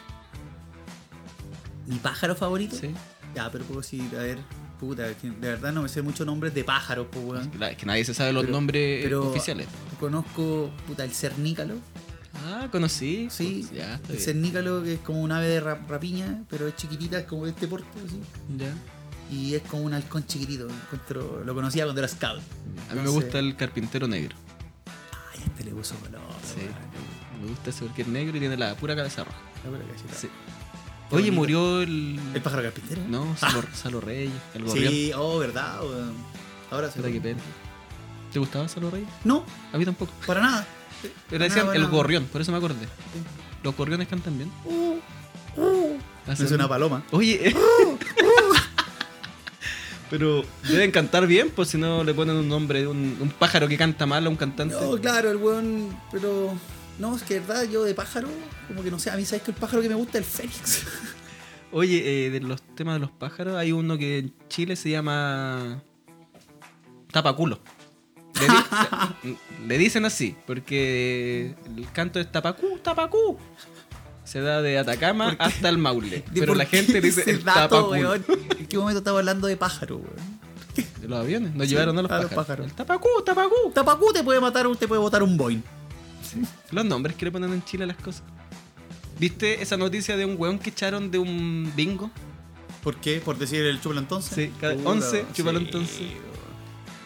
S2: Mi pájaro favorito.
S1: Sí.
S2: Ya, pero puedo decir, a ver, puta, es que de verdad no me sé muchos nombres de pájaros, pues weón.
S1: La- Es que nadie se sabe los
S2: Pero-
S1: nombres
S2: pero-
S1: oficiales.
S2: Conozco, puta, el cernícalo.
S1: Ah, conocí.
S2: Sí,
S1: Ya, está
S2: el
S1: bien.
S2: cernícalo que es como un ave de ra- rapiña, pero es chiquitita, es como de este porte, así.
S1: Ya.
S2: Y es como un halcón chiquitito. encuentro- lo conocía cuando era scout.
S1: A mí me
S2: Entonces-
S1: gusta el carpintero negro.
S2: Ay, este le puso color.
S1: Sí.
S2: weón.
S1: Me gusta ese porque es negro y tiene la pura cabeza roja.
S2: La pura cachita.
S1: Sí.
S2: Qué
S1: Oye,
S2: bonito.
S1: murió el.
S2: ¿El pájaro carpintero?
S1: No, Salo, Salo Reyes, el gorrión.
S2: Sí, oh, verdad, weón. Ahora se
S1: Puta, qué pena. ¿Te gustaba Salo Reyes?
S2: No,
S1: A mí tampoco.
S2: para nada.
S1: Pero
S2: Para
S1: decían
S2: nada, para
S1: el
S2: nada.
S1: gorrión, por eso me acordé. Los gorriones cantan bien.
S2: Uh, uh.
S1: Hacen-
S2: Es una paloma.
S1: Oye. *laughs* Pero deben cantar bien, pues si no le ponen un nombre de un, un pájaro que canta mal a un cantante.
S2: No, claro, el weón, pero. No, es que de verdad, yo de pájaro, como que no sé, a mí sabes que el pájaro que me gusta es el Félix.
S1: Oye, eh, de los temas de los pájaros, hay uno que en Chile se llama. Tapaculo. Le,
S2: *laughs*
S1: di- le dicen así, porque el canto es tapacú, tapacú. Se da de Atacama hasta el Maule. Pero la gente le dice el
S2: dato,
S1: tapaculo.
S2: weón. ¿En qué momento estaba hablando de pájaro, weón?
S1: De los aviones, nos
S2: Sí,
S1: llevaron a los,
S2: a los
S1: pájaros.
S2: pájaros.
S1: El tapacú, tapacú.
S2: Tapacú te puede matar, te puede botar un boin.
S1: Los nombres que le ponen en Chile a las cosas. ¿Viste esa noticia de un weón que echaron de un bingo?
S2: ¿Por qué? ¿Por decir el chupalo entonces?
S1: Sí, cada-
S2: Puta,
S1: once, chúpalo entonces.
S2: weón.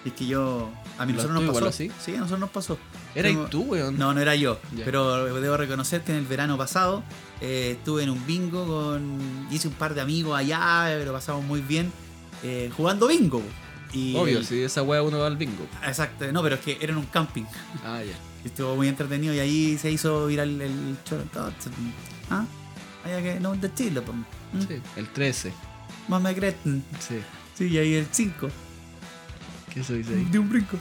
S2: Es que yo. A mí
S1: ¿Lo
S2: nosotros
S1: tú
S2: nos
S1: igual
S2: pasó.
S1: así?
S2: Sí, a nosotros nos pasó.
S1: Era
S2: Fuimos-
S1: tú, weón.
S2: No, no era yo.
S1: Ya.
S2: Pero debo reconocer que en el verano pasado eh, estuve en un bingo con. Hice un par de amigos allá, eh, lo pasamos muy bien eh, jugando bingo. Y
S1: Obvio, si esa wea uno va al bingo.
S2: Exacto, no, pero es que era en un camping.
S1: Ah, ya.
S2: Estuvo muy entretenido y ahí se hizo viral el choro. Ah, había que. No, de Chile, pues. Mm,
S1: Sí, el 13.
S2: Más me creen.
S1: Sí.
S2: Sí, y ahí el 5.
S1: ¿Qué se dice ahí?
S2: De un brinco.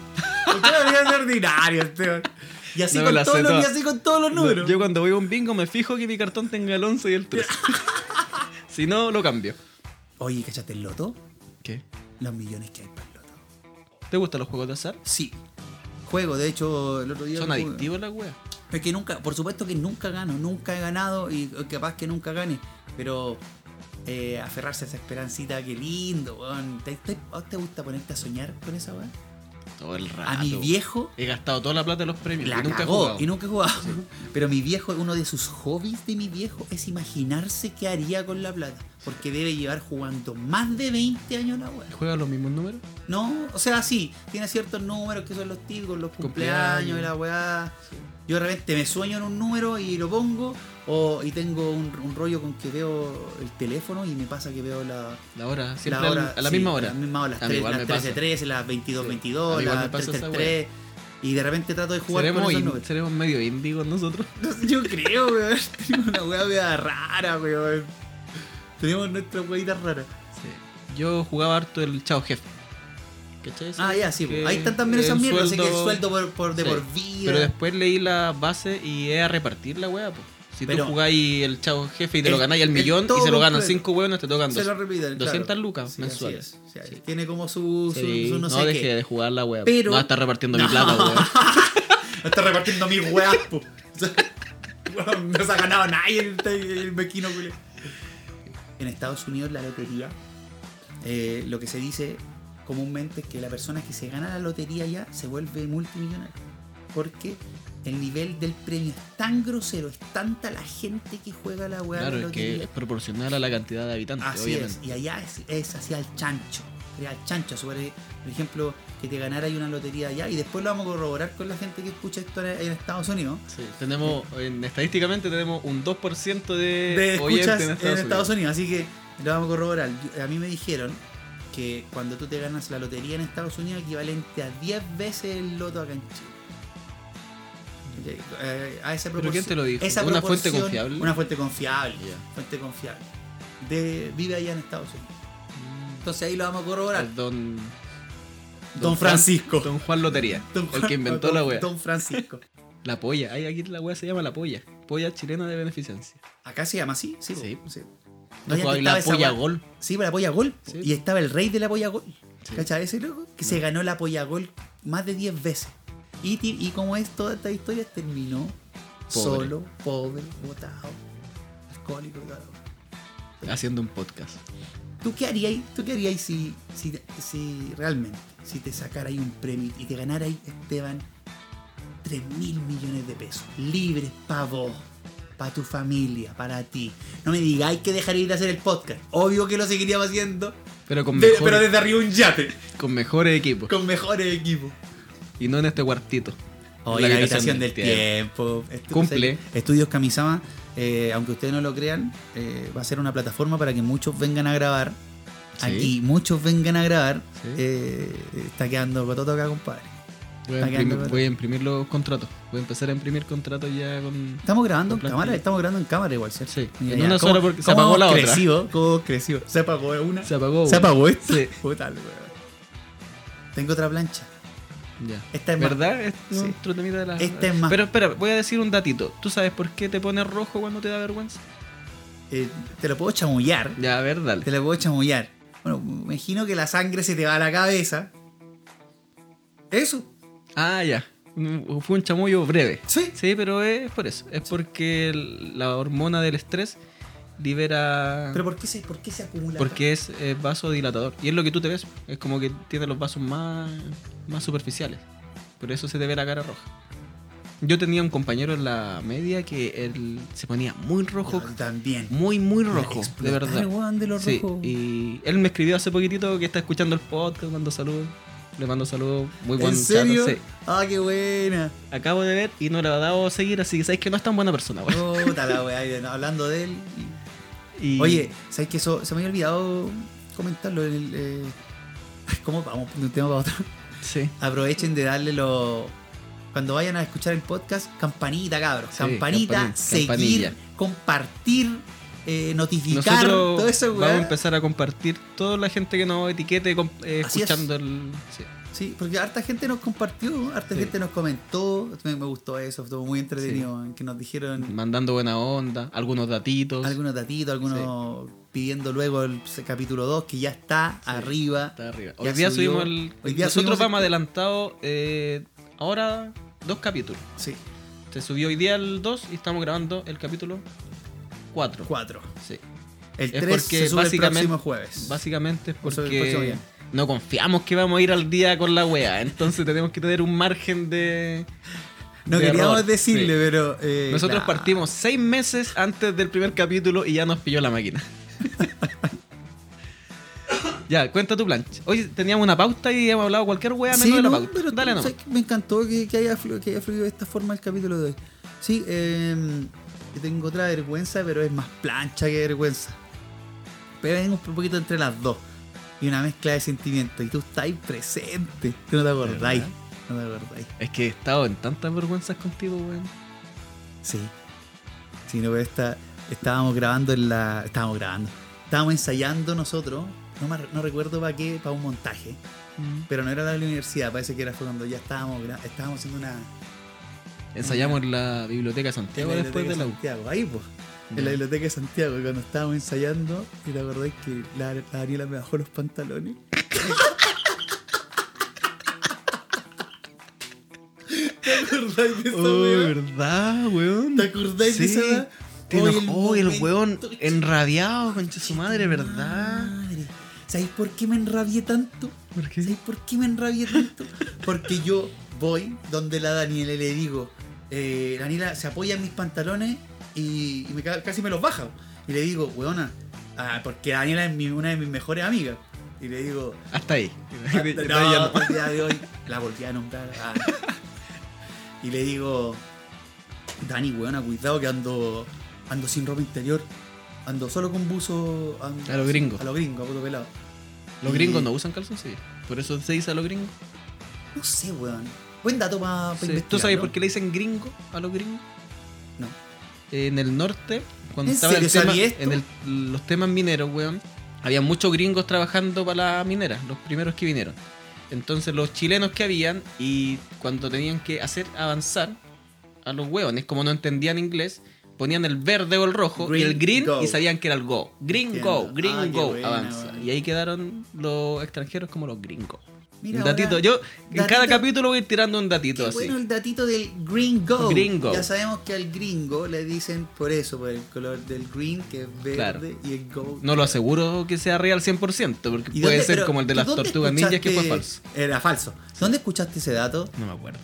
S2: Usted debería ser ordinario, Esteban. Y así,
S1: No me
S2: con
S1: la
S2: todos
S1: sé
S2: los, y
S1: toda.
S2: así con todos los números.
S1: Yo cuando voy a un bingo me fijo que mi cartón tenga el 11 y el
S2: *laughs*
S1: 13. si no, lo cambio.
S2: Oye, ¿cachaste el loto?
S1: ¿Qué?
S2: Los millones que hay para el loto.
S1: ¿Te gustan los juegos de azar?
S2: Sí. Juego, de hecho, el otro día.
S1: Son
S2: jugué.
S1: adictivos las weas.
S2: Es que nunca, por supuesto que nunca gano, nunca he ganado y capaz que nunca gane, pero eh, aferrarse a esa esperancita, qué lindo, weón. ¿Te, te- a vos te gusta ponerte a soñar con esa weón?
S1: Todo el rato.
S2: A mi viejo
S1: He gastado toda la plata de los premios.
S2: la
S1: Ah, y nunca he
S2: cagó
S1: jugado.
S2: y nunca he jugado. *laughs* Pero mi viejo, uno de sus hobbies de mi viejo es imaginarse qué haría con la plata, porque debe llevar jugando más de 20 años la weón.
S1: ¿Juegan los mismos números?
S2: No, o sea, sí, tiene ciertos números que son los típicos, los cumpleaños,
S1: Cumpleaños.
S2: y la weá. Yo de repente me sueño en un número y lo pongo, o, y tengo un, un rollo con que veo el teléfono y me pasa que veo la,
S1: La hora,
S2: la
S1: siempre al- a la
S2: sí,
S1: misma
S2: a
S1: hora.
S2: la misma hora, las
S1: A mí
S2: 3,
S1: igual
S2: las
S1: me
S2: 13,
S1: pasa.
S2: 13, las 22,
S1: Sí.
S2: 22,
S1: A mí igual
S2: las
S1: me pasa
S2: 3,
S1: esa
S2: 3, 3, y de repente trato de jugar con
S1: Seremos,
S2: esos
S1: in-
S2: números.
S1: seremos medio índigos nosotros.
S2: No sé, *laughs* Yo creo, weón, *laughs* tenemos una weá media rara, weón. Tenemos nuestras weitas raras.
S1: Yo jugaba harto el Chao Jefe. ¿Cachai?
S2: Ah, ya, sí.
S1: Que
S2: Ahí están también esas
S1: el
S2: mierdas. Así que el
S1: sueldo-
S2: sueldo por, por- de
S1: Sí,
S2: por vida.
S1: Pero después leí las bases y es a repartir la wea, po. Si
S2: Pero-
S1: tú jugáis el chavo jefe y te lo
S2: El-
S1: ganáis al
S2: el
S1: millón y
S2: todo
S1: se lo ganan
S2: completo.
S1: 5 hueones, te tocan
S2: Se
S1: dos.
S2: lo repiten,
S1: 200
S2: claro.
S1: lucas
S2: Sí, así
S1: mensuales.
S2: es, sí, así
S1: Sí.
S2: es. Tiene como su, su,
S1: Sí,
S2: su no,
S1: no,
S2: sé
S1: deje
S2: qué.
S1: de jugar la wea.
S2: Pero-
S1: No va a estar repartiendo
S2: No.
S1: mi plata, weón.
S2: Está repartiendo mil weas, po. *laughs* O sea, weón, no se ha ganado nadie el, el mequino, culiao. En Estados Unidos la lotería, eh, lo que se dice comúnmente es que la persona que se gana la lotería ya se vuelve multimillonaria. Porque El nivel del premio es tan grosero, es tanta la gente que juega la weá.
S1: Claro,
S2: de
S1: es que
S2: lotería.
S1: es proporcional a la cantidad de habitantes,
S2: Así
S1: obviamente.
S2: es, y allá es, es hacia el chancho, era el chancho, sobre, por ejemplo, que te ganara ahí una lotería allá, y después lo vamos a corroborar con la gente que escucha esto en, en Estados Unidos,
S1: Sí, tenemos, en- estadísticamente tenemos un 2% de,
S2: de escuchas
S1: oyentes
S2: en
S1: Eh, en
S2: Estados, Unidos. así que lo vamos a corroborar. Yo- A mí me dijeron que cuando tú te ganas la lotería en Estados Unidos equivalente a 10 veces el loto acá en Chile.
S1: Mm.
S2: Ok, eh, a esa
S1: ¿Pero quién
S2: proporci-
S1: te lo dijo?
S2: esa
S1: ¿Una fuente
S2: proporción-
S1: confiable?
S2: Una fuente confiable,
S1: Ya.
S2: fuente confiable. De, vive allá en Estados Unidos. Entonces ahí lo vamos a corroborar.
S1: Mm, El Don,
S2: Don,
S1: Juan-
S2: Francisco.
S1: don Juan Lotería.
S2: *laughs* Don Juan-
S1: el que inventó
S2: don-
S1: la wea.
S2: Don Francisco.
S1: La polla. Ay, aquí la wea se llama la polla. Polla chilena de beneficencia.
S2: Acá se llama así, sí. po.
S1: Sí.
S2: sí.
S1: No,
S2: ya
S1: jugaba
S2: que
S1: la
S2: estaba esa
S1: polla
S2: wea-
S1: gol.
S2: Sí, para la polla gol. po.
S1: Sí.
S2: Y estaba el rey de la polla gol.
S1: Sí. Mm.
S2: ¿Cachai ese loco? Que se ganó la polla gol más de 10 veces. Y, ti- y como es toda esta historia, terminó
S1: Pobre.
S2: solo, pobre, botado, alcohólico y toda la wea.
S1: Haciendo un podcast.
S2: ¿Tú qué harías, tú qué harías si, si, si realmente, si te sacara ahí un premio y te ganara ahí, Esteban, 3 mil millones de pesos, libres para vos, para tu familia, para ti? No me digáis que dejaréis de hacer el podcast. Obvio que lo seguiríamos haciendo,
S1: Pero con
S2: de-
S1: mejores,
S2: pero desde arriba un yate,
S1: con mejores equipos.
S2: con mejores equipos.
S1: Y no en este cuartito.
S2: Oye, la habitación del tiempo. Estu-
S1: Cumple.
S2: Estudios Kamisama, eh, aunque ustedes no lo crean, eh, va a ser una plataforma para que muchos vengan a grabar.
S1: Sí.
S2: Aquí muchos vengan a grabar.
S1: Sí.
S2: Eh, está quedando cototo acá, compadre.
S1: Voy a,
S2: Está quedando
S1: imprimir,
S2: para-
S1: voy a imprimir los contratos. Voy a empezar a imprimir contratos ya con.
S2: Estamos grabando en
S1: Con
S2: cámara,
S1: plantilla.
S2: estamos grabando en cámara igual, ¿cierto?
S1: Sí.
S2: Mira,
S1: en
S2: ya,
S1: una
S2: ¿cómo-
S1: sola porque se
S2: cómo
S1: apagó la
S2: hemos
S1: otra.
S2: crecido? ¿Cómo creció? Se apagó una.
S1: Se apagó.
S2: ¿Se
S1: güey.
S2: apagó esta.
S1: Sí.
S2: Puta, la wea. Tengo otra plancha.
S1: Ya.
S2: Esta Este es más-
S1: ¿Verdad? Es
S2: Sí.
S1: otro temita de la-
S2: Este es más-
S1: Pero espera, voy a decir un datito. ¿Tú sabes por qué te pones rojo cuando te da vergüenza?
S2: Eh, te lo puedo chamullar.
S1: Ya, a ver, dale.
S2: Te la puedo chamullar. Bueno, me imagino que la sangre se te va a la cabeza. Eso.
S1: Ah, ya. Mm, Fue un chamullo breve.
S2: Sí.
S1: Sí, pero es por eso. Es porque el- la hormona del estrés libera.
S2: Pero ¿por qué se, por qué se acumula?
S1: Porque es, eh, vasodilatador. Y es lo que tú te ves. Es como que tiene los vasos más, más superficiales. Por eso se te ve la cara roja. Yo tenía un compañero en la media que él se ponía muy rojo.
S2: Yo también.
S1: Muy, muy rojo. De
S2: Explotar,
S1: verdad.
S2: weón, de los
S1: Sí,
S2: rojos.
S1: y él me escribió hace poquitito que está escuchando el podcast, mando saludos. Le mando saludos, muy buen
S2: ¿En
S1: chato,
S2: serio?
S1: sí.
S2: Ah, qué buena.
S1: Acabo de ver y no le ha dado a seguir, así que sabéis que no es tan buena persona, güey.
S2: Puta la weá, y hablando de él.
S1: Y-
S2: Oye, ¿sabes que eso se me había olvidado comentarlo? En el, eh, *laughs* ¿Cómo vamos de un tema para otro?
S1: sí.
S2: aprovechen de darle los Cuando vayan a escuchar el podcast, campanita, cabros.
S1: Sí,
S2: campanita,
S1: campanita,
S2: seguir,
S1: campanilla.
S2: compartir, eh, notificar, todo
S1: Nosotros
S2: eso,
S1: vamos a
S2: weón.
S1: empezar a compartir toda la gente que nos etiquete com- eh,
S2: Así es.
S1: escuchando el. sí.
S2: Sí, porque harta gente nos compartió, harta
S1: Sí.
S2: gente nos comentó. Me, me gustó eso, estuvo muy entretenido. weón, Que nos dijeron
S1: Mandando buena onda, algunos datitos.
S2: algunos datitos, algunos pidiendo luego el se- capítulo 2, que ya está arriba.
S1: Está arriba.
S2: Ya
S1: Hoy día
S2: subió.
S1: subimos el.
S2: Hoy día
S1: nosotros
S2: subimos el-
S1: vamos adelantados eh, ahora dos capítulos.
S2: Sí,
S1: Se subió hoy día el 2 y estamos grabando el capítulo 4.
S2: 4.
S1: Sí.
S2: El
S1: Es
S2: 3
S1: porque
S2: se sube el
S1: básicamente-
S2: próximo jueves.
S1: Básicamente es
S2: Por sobre el próximo
S1: porque
S2: día.
S1: no confiamos que vamos a ir al día con la wea. Entonces tenemos que tener un margen de.
S2: No
S1: de
S2: queríamos
S1: error.
S2: decirle,
S1: Sí.
S2: pero. eh,
S1: Nosotros
S2: claro.
S1: partimos seis meses antes del primer capítulo y ya nos pilló la
S2: *laughs*
S1: máquina. ya, cuenta tu plancha. Hoy teníamos una pauta y hemos hablado cualquier wea menos
S2: Sí,
S1: de la
S2: no,
S1: pauta.
S2: pero
S1: Dale nomás.
S2: sé que me encantó que, que haya flu- que haya fluido de esta forma el capítulo de hoy. Sí, eh, yo tengo otra vergüenza, pero es más plancha que vergüenza. Pero hay un poquito entre las dos. Y una mezcla de sentimientos. Y tú estás ahí presente. Tú no te acordáis.
S1: ¿Verdad?
S2: No te acordáis.
S1: Es que he estado en tantas vergüenzas contigo, weón.
S2: Sí. Sí, no, pero esta, estábamos grabando en la. Estábamos grabando. Estábamos ensayando nosotros. No, me- no recuerdo para qué, para un montaje.
S1: Mm.
S2: Pero no era la de la universidad, parece que era fue cuando ya estábamos, gra- estábamos haciendo una.
S1: Ensayamos en la biblioteca de
S2: En
S1: Santiago
S2: la
S1: después
S2: biblioteca
S1: de la U.
S2: Santiago, ahí pues. En
S1: Ya.
S2: la biblioteca de Santiago, y cuando estábamos ensayando, y te acordás que la, la Daniela me bajó los pantalones. ¿Te acordás de esa weá?
S1: Oh, ¿verdad, weón?
S2: ¿Te acordás de
S1: Sí.
S2: esa weá?
S1: Te
S2: Hoy
S1: enojó el,
S2: momento,
S1: weón
S2: che,
S1: enrabiado, concha su madre, ¿verdad?
S2: madre. ¿Sabéis por qué me enrabié tanto?
S1: ¿Por
S2: ¿Sabéis por qué me enrabié tanto? Porque yo voy donde la Daniela y le digo, eh, la Nila se apoya en mis pantalones y, y me ca- casi me los baja. Y le digo, weona, ah, porque Daniela es mi- una de mis mejores amigas. Y le
S1: *laughs*
S2: digo,
S1: Hasta ahí. *laughs* Ya
S2: Ah, no,
S1: no.
S2: hasta el día de hoy la volví a nombrar.
S1: *laughs*
S2: ah. Y le digo, Dani, weona, cuidado que ando, ando sin ropa interior. Ando solo con buzo. ando-
S1: A lo gringo.
S2: A lo gringo, a puto pelado.
S1: Los gringos no usan calzoncillos. Por eso se dice a los gringos.
S2: No sé, weón. Buen dato para
S1: Sí. ¿Tú sabes por qué le dicen gringo a los gringos?
S2: pues, No.
S1: En el norte, cuando
S2: ¿En
S1: estaba el
S2: serio
S1: tema,
S2: sabía esto?
S1: en el- los temas mineros, weón, había muchos gringos trabajando para las mineras, los primeros que vinieron. Entonces los chilenos que habían y cuando tenían que hacer avanzar a los weones, como no entendían inglés, ponían el verde o el rojo y
S2: Green,
S1: el green
S2: go.
S1: y sabían que era el go. Green
S2: Entiendo.
S1: go, green
S2: Ah, qué
S1: go,
S2: buena,
S1: avanza.
S2: weón.
S1: Y ahí quedaron los extranjeros como los gringos.
S2: Mira,
S1: un datito,
S2: ahora,
S1: yo en cada
S2: datito-
S1: capítulo voy a ir tirando un datito
S2: qué
S1: así.
S2: bueno el datito del gringo.
S1: Gringo.
S2: Ya sabemos que al gringo le dicen por eso, por el color del green, que es verde,
S1: Claro.
S2: y el go.
S1: No lo aseguro que sea real 100%, porque
S2: ¿Y
S1: puede
S2: dónde-
S1: ser
S2: pero
S1: como el de
S2: tú
S1: las
S2: dónde
S1: tortugas ninjas que fue falso.
S2: escuchaste- Era falso. ¿Dónde escuchaste ese dato?
S1: No me acuerdo.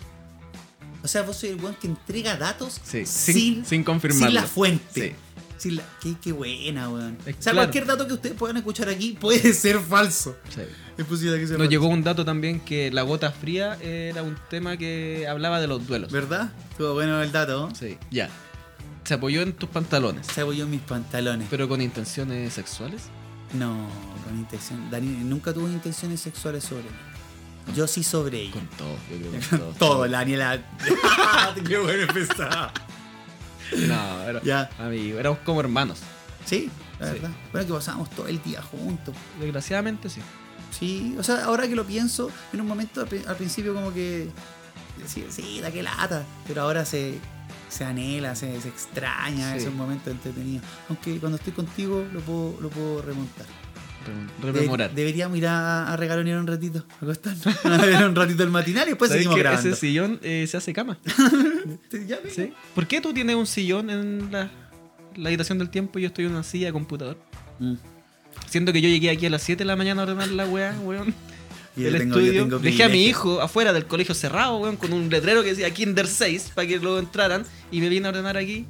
S2: O sea, vos sois el weón que entrega datos
S1: Sí, sin,
S2: sin,
S1: sin, confirmarlo.
S2: sin la fuente.
S1: Sí.
S2: Sin la- qué, qué buena, weón.
S1: Es
S2: o sea,
S1: claro.
S2: cualquier dato que ustedes puedan escuchar aquí puede *laughs* ser falso.
S1: sí.
S2: Es posible que sea
S1: Nos
S2: falso.
S1: llegó un dato también que la gota fría era un tema que hablaba de los duelos.
S2: ¿Verdad? Estuvo bueno el dato. ¿no?
S1: Sí, ya. Se apoyó en tus pantalones,
S2: Se apoyó en mis pantalones.
S1: pero con intenciones sexuales.
S2: No, con intención. Dani nunca tuvo intenciones sexuales sobre mí. Yo sí sobre ella. *laughs*
S1: Con todo, yo creo que con todo.
S2: Todo,
S1: *laughs*
S2: la Daniela. qué bueno empezar.
S1: No, era,
S2: Ya.
S1: amigo, éramos como hermanos.
S2: Sí, la
S1: Sí.
S2: verdad. Bueno, que pasábamos todo el día juntos.
S1: Desgraciadamente sí.
S2: Sí, o sea, ahora que lo pienso, en un momento al, pri- al principio como que... Sí, sí, da que lata. Pero ahora se, se anhela, se, se extraña
S1: Sí.
S2: esos momentos entretenidos. Aunque cuando estoy contigo lo puedo, lo puedo remontar.
S1: Re-
S2: Debe-
S1: Rememorar.
S2: deberíamos ir a, a regalonear un ratito, a acostarnos. *laughs* A ver un ratito el matinal y después
S1: ¿Sabes
S2: seguimos
S1: que
S2: grabando.
S1: ese sillón eh, se hace cama?
S2: Ya ven.
S1: ¿Sí? ¿Por qué tú tienes un sillón en la, la habitación del tiempo y yo estoy en una silla de computador?
S2: Mm.
S1: Siento que yo llegué aquí a las 7 de la mañana a ordenar la weá, weón.
S2: *laughs* Y yo
S1: el
S2: tengo- yo
S1: estudio.
S2: tengo
S1: Dejé a mi
S2: privilegio.
S1: hijo afuera del colegio cerrado, weón, con un letrero que decía Kinder 6 para que luego entraran y me vine a ordenar aquí.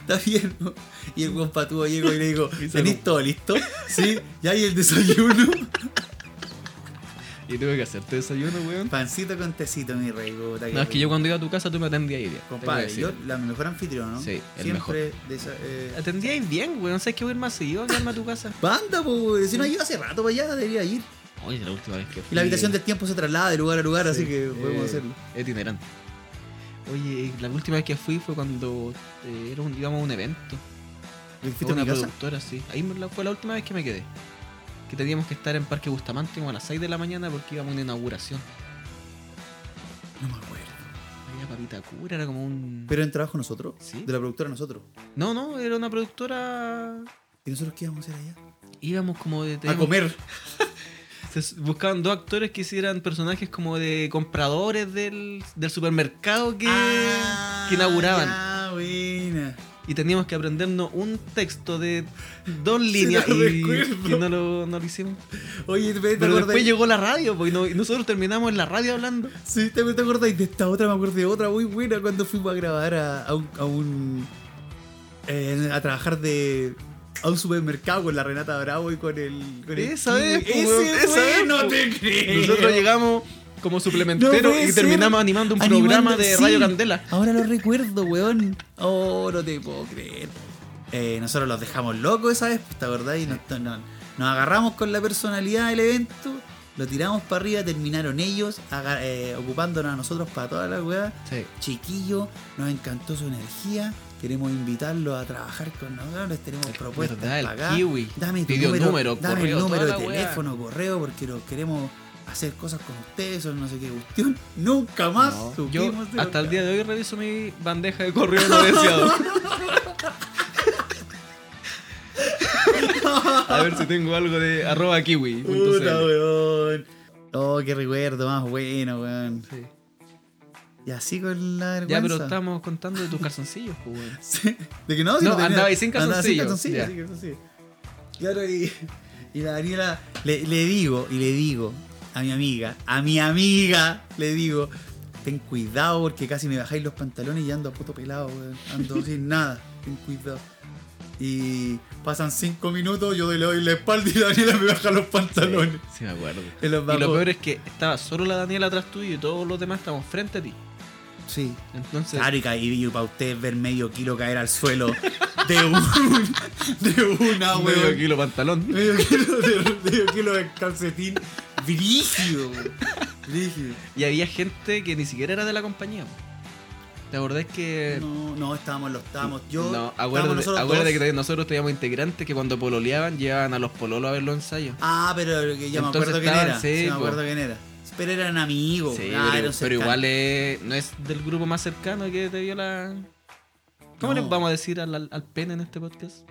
S2: Está bien. ¿no? Y el buen patudo llegó y le digo,
S1: *laughs* Y se
S2: ¿tenés
S1: lo-
S2: todo listo? *laughs* Sí, ya hay el desayuno. *laughs*
S1: Y tuve que hacerte desayuno, weón.
S2: Pancito con tecito, mi rey. puta,
S1: No, es que
S2: rico.
S1: yo cuando iba a tu casa tú me atendías ahí bien. tengo que
S2: Compadre, yo
S1: decir.
S2: la mejor anfitrión, ¿no?
S1: Sí, el
S2: Siempre
S1: mejor.
S2: de esa- eh,
S1: Atendía ahí bien, weón. ¿Sabes que voy a ir más seguido a quedarme a tu casa?
S2: Banda, pues, si no iba hace rato para allá, debería ir.
S1: Oye, la última vez que fui.
S2: Y la habitación del tiempo se traslada de lugar a lugar, así que podemos hacerlo.
S1: Itinerante. Oye, eh, la última vez que fui fue cuando eh, era un, digamos, un evento. Fue
S2: ¿Lo hiciste en
S1: Eh, una
S2: mi casa?
S1: productora, sí. Ahí me la- fue la última vez que me quedé. Que teníamos que estar en Parque Bustamante como a las 6 de la mañana porque íbamos a una inauguración.
S2: No me acuerdo.
S1: Había papita cura, era como un.
S2: ¿Pero en trabajo nosotros?
S1: Sí.
S2: De la productora nosotros.
S1: No, no, era una productora.
S2: ¿Y nosotros qué íbamos a hacer allá?
S1: Íbamos como de.
S2: a
S1: teníamos-
S2: comer.
S1: se s- buscaban dos actores que hicieran personajes como de compradores del, del supermercado que,
S2: Ah,
S1: que inauguraban.
S2: Ah, buena.
S1: y teníamos que aprendernos un texto de dos líneas
S2: no
S1: y,
S2: recuerdo.
S1: y no, lo, no lo hicimos.
S2: Oye, ¿te, te
S1: Pero después
S2: acordáis?
S1: llegó la radio pues, y, no- y nosotros terminamos en la radio hablando.
S2: Sí, ¿te, te acordáis de esta otra? Me acuerdo de otra muy buena cuando fuimos a grabar a, a un. A, un, eh, a trabajar de. A un supermercado con la Renata Bravo y con el. Con el
S1: Esa
S2: Kiwi.
S1: es, pues,
S2: Ese,
S1: esa
S2: fue,
S1: es,
S2: no
S1: pues.
S2: te creo.
S1: Nosotros llegamos como
S2: No
S1: suplementero
S2: puede
S1: y
S2: ser.
S1: terminamos animando un
S2: Animando-
S1: programa de
S2: sí.
S1: Radio Candela.
S2: Ahora lo recuerdo, weón. Oh, no te puedo creer. Eh, nosotros los dejamos locos esa vez, pues, ¿te acordás? Y nos, no- nos agarramos con la personalidad del evento, lo tiramos para arriba, terminaron ellos aga- eh, ocupándonos a nosotros para toda la weá.
S1: Sí.
S2: Chiquillo, nos encantó su energía. Queremos invitarlos a trabajar con nosotros, les tenemos propuestas
S1: verdad, el
S2: para acá.
S1: Kiwi.
S2: Dame tu
S1: Pidió
S2: número,
S1: número,
S2: dame
S1: correo,
S2: el número de
S1: toda la weá.
S2: teléfono, correo, porque los queremos hacer cosas con ustedes o no sé qué cuestión. *laughs* Nunca más
S1: No, yo
S2: Ah, supimos de
S1: hasta
S2: los
S1: el día de hoy reviso mi bandeja de correo no
S2: *laughs*
S1: deseado. A ver si tengo algo de arroba kiwi. punto
S2: Puta,
S1: CL.
S2: weón. Oh, qué recuerdo más bueno, weón.
S1: Sí.
S2: Y así con la vergüenza.
S1: Ya, pero estamos contando de tus calzoncillos, pues, weón.
S2: *laughs* Sí. pues, De que no, si
S1: No,
S2: lo tenía-
S1: andaba ahí sin
S2: andaba
S1: calzoncillo, ya.
S2: sin calzoncillo. Claro, y, y la Daniela le, le digo, y le digo a mi amiga, a mi amiga, le digo, ten cuidado porque casi me bajáis los pantalones y ando a puto pelado, weón. Ando
S1: *laughs*
S2: sin nada, ten cuidado. Y pasan cinco minutos, yo le doy la espalda y Daniela me baja los pantalones.
S1: Sí, me acuerdo.
S2: En los
S1: Y lo
S2: bajos.
S1: peor es que estaba solo la Daniela atrás tuyo y todos los demás estamos frente a ti.
S2: Sí.
S1: Entonces,
S2: Claro, y caí para ustedes ver medio kilo caer al suelo de un, *laughs* de una,
S1: medio
S2: weón.
S1: kilo pantalón.
S2: Medio kilo de, medio kilo de calcetín. Brígido, weón. Brígido.
S1: Y había gente que ni siquiera era de la compañía. po. ¿Te acordás que.?
S2: No, no, estábamos, lo estábamos. Yo,
S1: no,
S2: estábamos
S1: acuérdate,
S2: nosotros
S1: acuérdate
S2: dos.
S1: que nosotros teníamos integrantes que cuando pololeaban llevaban a los pololos a ver los ensayos.
S2: Ah, pero que ya me
S1: Entonces
S2: acuerdo quién
S1: estaban,
S2: era.
S1: sí,
S2: Sí, me
S1: po.
S2: acuerdo quién era. Pero eran amigos.
S1: Sí,
S2: ah,
S1: pero,
S2: eran
S1: pero
S2: cercanos.
S1: igual eh, no es del grupo más cercano que te dio la. ¿Cómo
S2: No.
S1: le vamos a decir al, al- al pene en este podcast?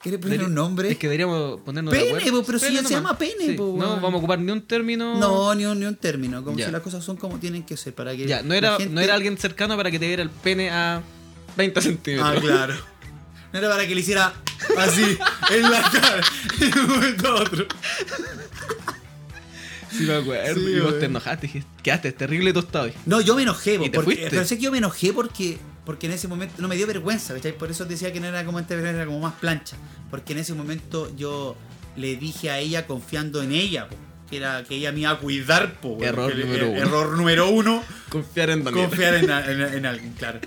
S2: ¿Quieres poner un nombre?
S1: Es que deberíamos ponernos.
S2: Pene,
S1: de acuerdo.
S2: po, pero si ya se llama pene, po,
S1: No
S2: weón.
S1: vamos a ocupar ni un término.
S2: No, ni un, ni un término. Como
S1: Ya.
S2: si las cosas son como tienen que ser. Para que
S1: Ya, no
S2: la
S1: era,
S2: gente-
S1: no era alguien cercano para que te diera el pene a 20 centímetros.
S2: Ah, claro. No era para que le hiciera así, en la cara, en un momento a otro.
S1: *laughs* Sí, me acuerdo.
S2: Sí,
S1: y vos
S2: güey.
S1: te enojaste, dijiste, quedaste terrible tostado. hoy.
S2: No, yo me enojé, po,
S1: Y te
S2: porque,
S1: fuiste.
S2: pero sé que yo me enojé porque, porque en ese momento no me dio vergüenza, ¿cachai? Por eso decía que no era como este, era como más plancha. Porque en ese momento yo le dije a ella confiando en ella, po, que era que ella me iba a cuidar, po, weón.
S1: Error
S2: Que-
S1: número
S2: er-
S1: uno.
S2: Error número uno,
S1: Confiar en Daniel.
S2: confiar en, a- en- en alguien, claro.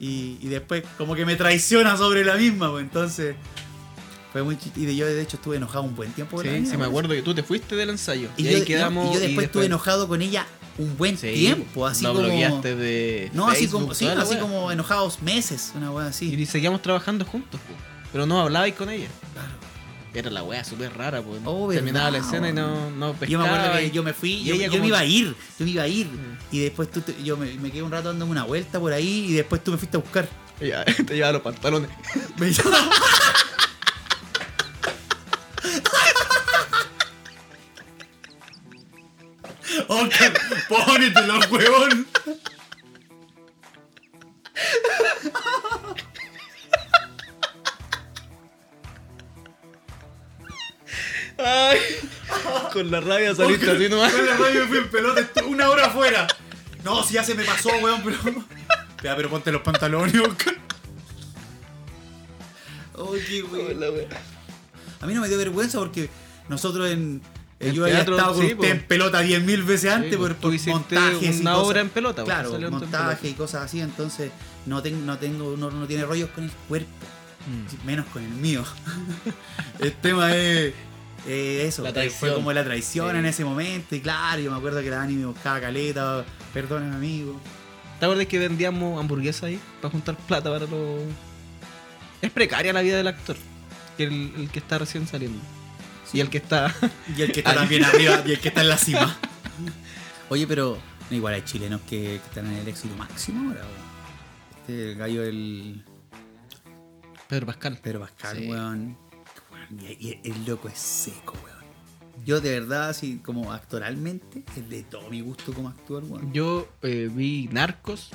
S2: Y, y después como que me traiciona sobre la misma, pues entonces fue muy chist- Y de- yo de hecho estuve enojado un buen tiempo. con la
S1: Sí,
S2: mina,
S1: sí, me
S2: po.
S1: acuerdo que tú te fuiste del ensayo.
S2: Y,
S1: Y,
S2: yo,
S1: ahí
S2: no,
S1: quedamos.
S2: y yo después estuve
S1: enojado
S2: enojado con ella un buen tiempo, así
S1: lo
S2: como...
S1: bloqueaste de.
S2: No, así
S1: Facebook,
S2: como, sí,
S1: toda la
S2: así
S1: wea.
S2: como enojados meses, una weá así.
S1: Y seguíamos trabajando juntos, po. pero no hablabais con ella. Era la wea súper rara, pues.
S2: Oh,
S1: Terminaba la
S2: verdad,
S1: escena y no, no pescaba.
S2: Yo me acuerdo que
S1: y-
S2: yo me fui,
S1: y
S2: yo,
S1: ella
S2: yo
S1: como- Mm.
S2: me iba a ir, yo me iba a ir. Y después tú, te- yo me, me quedé un rato dando una vuelta por ahí y después tú me fuiste a buscar.
S1: Ella- *laughs* te llevaba los
S2: *laughs*
S1: pantalones.
S2: Me *laughs* Oscar, pónetelo, huevón.
S1: Ay, con la rabia saliste así nomás.
S2: *laughs* Con la radio fui en pelota, estuve una hora afuera. No, si ya se me pasó, weón, pero. Ya, pero ponte los pantalones, Oscar. Ay, qué
S1: Oh,
S2: weón.
S1: la wea.
S2: A mí no me dio vergüenza porque nosotros en. eh,
S1: En
S2: yo había
S1: teatro,
S2: estado con
S1: sí,
S2: usted
S1: po.
S2: en pelota 10.000 veces antes
S1: Sí,
S2: por,
S1: tú
S2: por
S1: hiciste
S2: montajes. y
S1: una
S2: cosas.
S1: obra en pelota, po,
S2: Claro,
S1: salió en tu
S2: montaje y cosas así, entonces no, ten- no tengo, uno no tiene rollos con el cuerpo,
S1: Mm.
S2: menos con el mío. *laughs* el tema es eh, eso,
S1: La
S2: eh, fue
S1: traición.
S2: como la traición
S1: Sí.
S2: en ese momento, y claro, yo me acuerdo que la Dani me buscaba caleta, perdóname amigo.
S1: ¿Te acuerdas que vendíamos hamburguesas ahí para juntar plata para los... Es precaria la vida del actor, que el, el que está recién saliendo. Y el que está... *laughs*
S2: Y el que está
S1: Ay.
S2: también arriba, y el que está en la cima. *laughs* Oye, pero no, igual hay chilenos que, que están en el éxito máximo ahora. weón. Este el gallo del
S1: Pedro Pascal.
S2: Pedro Pascal,
S1: Sí.
S2: weón. Weón, Y, y el loco es seco, weón. Yo de verdad, así como actoralmente, es de todo mi gusto como actuar, weón.
S1: Yo eh, vi Narcos,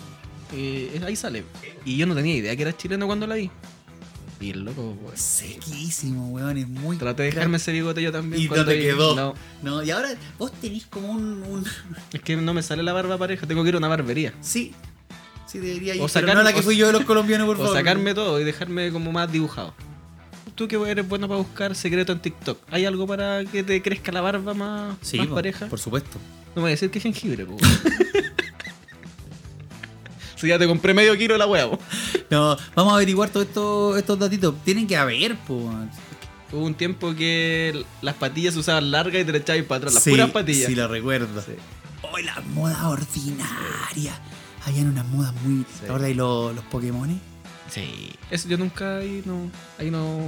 S1: eh, ahí sale. Y yo no tenía idea que era chileno cuando la vi. Y el loco, pues,
S2: Sequísimo, weón, es muy...
S1: Traté de
S2: crack.
S1: dejarme ese bigote yo también.
S2: Y no
S1: cuando
S2: te
S1: vi-
S2: quedó.
S1: No,
S2: No, y ahora vos tenés como un... un-
S1: es que no me sale la barba pareja, tengo que ir a una barbería.
S2: Sí, sí debería ir,
S1: O
S2: pero
S1: sacar-
S2: no la que
S1: o-
S2: fui yo de los colombianos, por
S1: O
S2: favor.
S1: sacarme todo y dejarme como más dibujado. Tú que eres bueno para buscar secreto en TikTok, ¿hay algo para que te crezca la barba más,
S2: Sí,
S1: más
S2: po,
S1: pareja?
S2: por supuesto.
S1: No me voy a decir que es jengibre,
S2: *laughs*
S1: po. si ya te compré medio kilo de la hueá, po.
S2: No, vamos a averiguar todos estos, estos datitos. Tienen que haber, po.
S1: Hubo un tiempo que las patillas se usaban largas y te le echabas para atrás, las puras patillas.
S2: Sí, lo recuerdo.
S1: Sí.
S2: Oh, las modas ordinarias. Habían unas modas muy.
S1: Sí.
S2: ¿Te acuerdas de los, los Pokémon?
S1: Sí. Eso yo nunca ahí no, ahí no,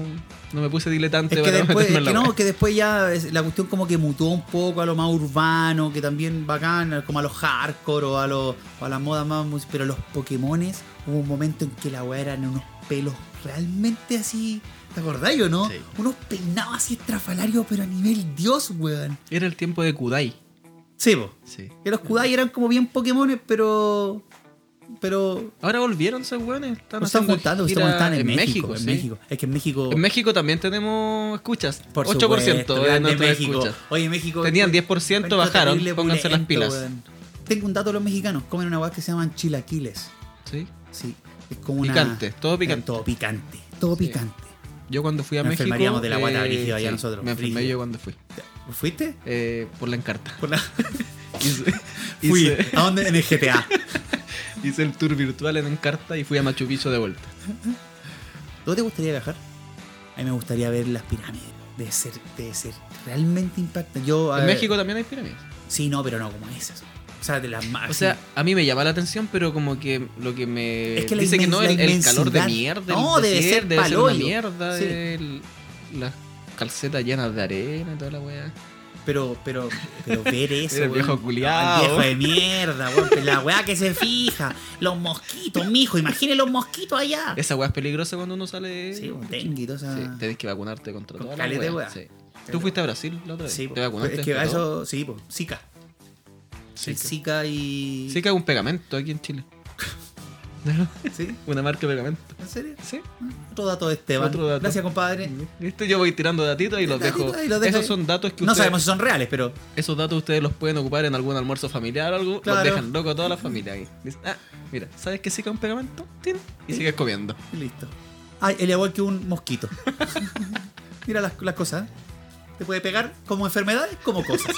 S1: no me puse diletante
S2: Es que
S1: para *laughs*
S2: después,
S1: meterme
S2: es
S1: en la
S2: que no,
S1: hueá.
S2: que después ya es- la cuestión como que mutó un poco a lo más urbano, que también bacán, como a los hardcore o a, los o a las modas más. mus- Pero los Pokémones, hubo un momento en que la weá eran unos pelos realmente así. ¿Te acordáis o no?
S1: Sí.
S2: Unos peinados así estrafalarios, pero a nivel Dios, weón.
S1: Era el tiempo de Kudai.
S2: Sí, po.
S1: Sí.
S2: Que los Kudai eran como bien Pokémones, pero. Pero.
S1: Ahora volvieron esos hueones. Están,
S2: No Pues están
S1: haciendo
S2: juntando,
S1: gira
S2: están juntando en, México.
S1: pues, México,
S2: en
S1: sí.
S2: México. Es que en México.
S1: En México también tenemos escuchas.
S2: por
S1: 8%
S2: supuesto,
S1: de
S2: grande
S1: nuestras
S2: México.
S1: escuchas.
S2: Oye, México.
S1: Tenían
S2: fue-
S1: 10%,
S2: fue
S1: bajaron.
S2: terrible
S1: Pónganse las
S2: pulento,
S1: pilas.
S2: weón. Tengo un dato de los mexicanos. Comen una hueá que se llaman chilaquiles.
S1: Sí.
S2: Sí. Es como una.
S1: Picante, todo picante.
S2: Eh, todo picante. Todo
S1: Sí.
S2: picante.
S1: Yo cuando fui a
S2: Nos
S1: México. eh,
S2: enfermaríamos de la guata brígido allá
S1: sí,
S2: nosotros,
S1: Me enfermé
S2: brígido.
S1: yo cuando fui.
S2: ¿Fuiste?
S1: Eh, por la encarta. *laughs*
S2: Por la-
S1: Hice,
S2: Fui.
S1: hice-
S2: ¿A dónde? En el GTA.
S1: hice el tour virtual en encarta y fui a Machu Picchu de vuelta.
S2: ¿Dónde te gustaría viajar? A mí me gustaría ver las pirámides. Debe ser, debe ser realmente impactante. Yo, a
S1: En
S2: ver-
S1: México también hay pirámides.
S2: Sí, no, pero no como esas. O sea, de las más.
S1: O sea, a mí me llama la atención, pero como que lo que me
S2: Es que la
S1: dice que no
S2: inmens-
S1: el,
S2: la
S1: el calor de
S2: inmensidad.
S1: mierda, el
S2: No, debe
S1: desierto,
S2: ser
S1: debe ser una
S2: paloyo.
S1: mierda,
S2: Sí.
S1: el- las calcetas llenas de arena y toda la weá.
S2: Pero, pero,
S1: *laughs*
S2: pero ver eso.
S1: Era el
S2: weón.
S1: viejo culiao.
S2: El viejo de mierda, weón. Pero La weá que se fija. Los mosquitos, mijo. Imagine los mosquitos allá.
S1: Esa weá es peligrosa cuando uno sale.
S2: Sí, un dengue y toda esa-
S1: Sí, tenés que vacunarte contra
S2: Con
S1: toda
S2: caleta de
S1: la
S2: weá.
S1: weá. Sí. Tú fuiste a Brasil la otra vez.
S2: Sí, po.
S1: te vacunaste.
S2: es que
S1: de todo?
S2: eso, pues. sí, po. Zika.
S1: Sí,
S2: El
S1: que-
S2: Zika y.
S1: sí que hago un pegamento aquí en
S2: *laughs*
S1: Chile.
S2: ¿Sí?
S1: Una marca de pegamento.
S2: ¿En serio? Ah,
S1: Sí.
S2: Otro dato de Esteban.
S1: Otro dato.
S2: Gracias, compadre.
S1: ¿Viste? Yo voy tirando datitos y los
S2: Eh. Datitos
S1: dejo.
S2: ahí los dejo
S1: Esos
S2: ahí.
S1: son datos que
S2: No
S1: ustedes-
S2: sabemos si son reales, pero.
S1: Esos datos ustedes los pueden ocupar en algún almuerzo familiar o algo.
S2: Claro.
S1: Los dejan loco a toda la familia ahí. Dicen, ah, mira, ¿sabes que sí que un pegamento? Tin, Y
S2: Sí.
S1: sigues comiendo.
S2: Y listo. Ay, el igual que un mosquito. Mira las, las cosas. ¿eh? Te puede pegar como enfermedades, como cosas.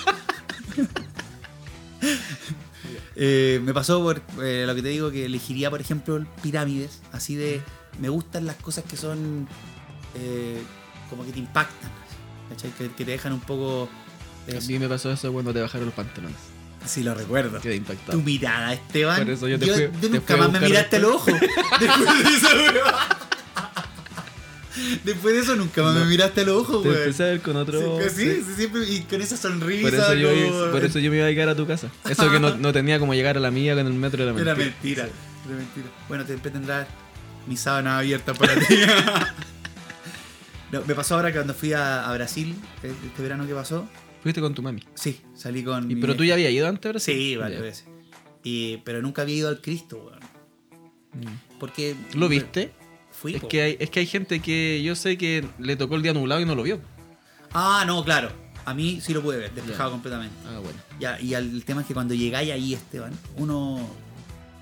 S2: Eh, me pasó por eh, lo que te digo que elegiría, por ejemplo, pirámides. Así de. Me gustan las cosas que son. eh, como que te impactan. ¿cachai? Que, que te dejan un poco. eh,
S1: A mí me pasó eso cuando te bajaron los pantalones.
S2: Sí, lo recuerdo.
S1: Quedé
S2: Tu
S1: impactado.
S2: mirada, Esteban.
S1: Por eso yo te
S2: yo,
S1: fui-
S2: yo
S1: te fui
S2: nunca
S1: a
S2: más me
S1: buscar
S2: miraste al
S1: después. *laughs*
S2: ojo. Después de esa weá. Después de eso nunca más
S1: No.
S2: me miraste al ojo,
S1: Te
S2: güey.
S1: empecé
S2: Sí, pues
S1: a ver con otro.
S2: sí, sí, eh. siempre. Y con esa sonrisa.
S1: Por eso, yo,
S2: como-
S1: por eso yo me iba a llegar a tu casa. Eso que no, no tenía como llegar a la mía con el metro de la
S2: Era
S1: mentira.
S2: mentira. Era mentira. Bueno, siempre tendrás mi sábana abierta para ti. *laughs* No, me pasó ahora que cuando fui a, a Brasil, eh, este verano que pasó.
S1: Fuiste con tu mami.
S2: Sí, salí con.
S1: Y-
S2: mi-
S1: pero tú ya habías ido antes, ¿verdad?
S2: Sí, varias
S1: Ya.
S2: veces. Y, pero nunca había ido al Cristo, weón.
S1: Mm.
S2: Porque.
S1: ¿Lo viste?
S2: Fui.
S1: es,
S2: po.
S1: que hay, es que hay gente que yo sé que le tocó el día nublado y no lo vio.
S2: Ah, no, claro. A mí sí lo pude ver, despejado completamente.
S1: Ah, bueno.
S2: Ya, y al- el tema es que cuando llegáis ahí, Esteban, uno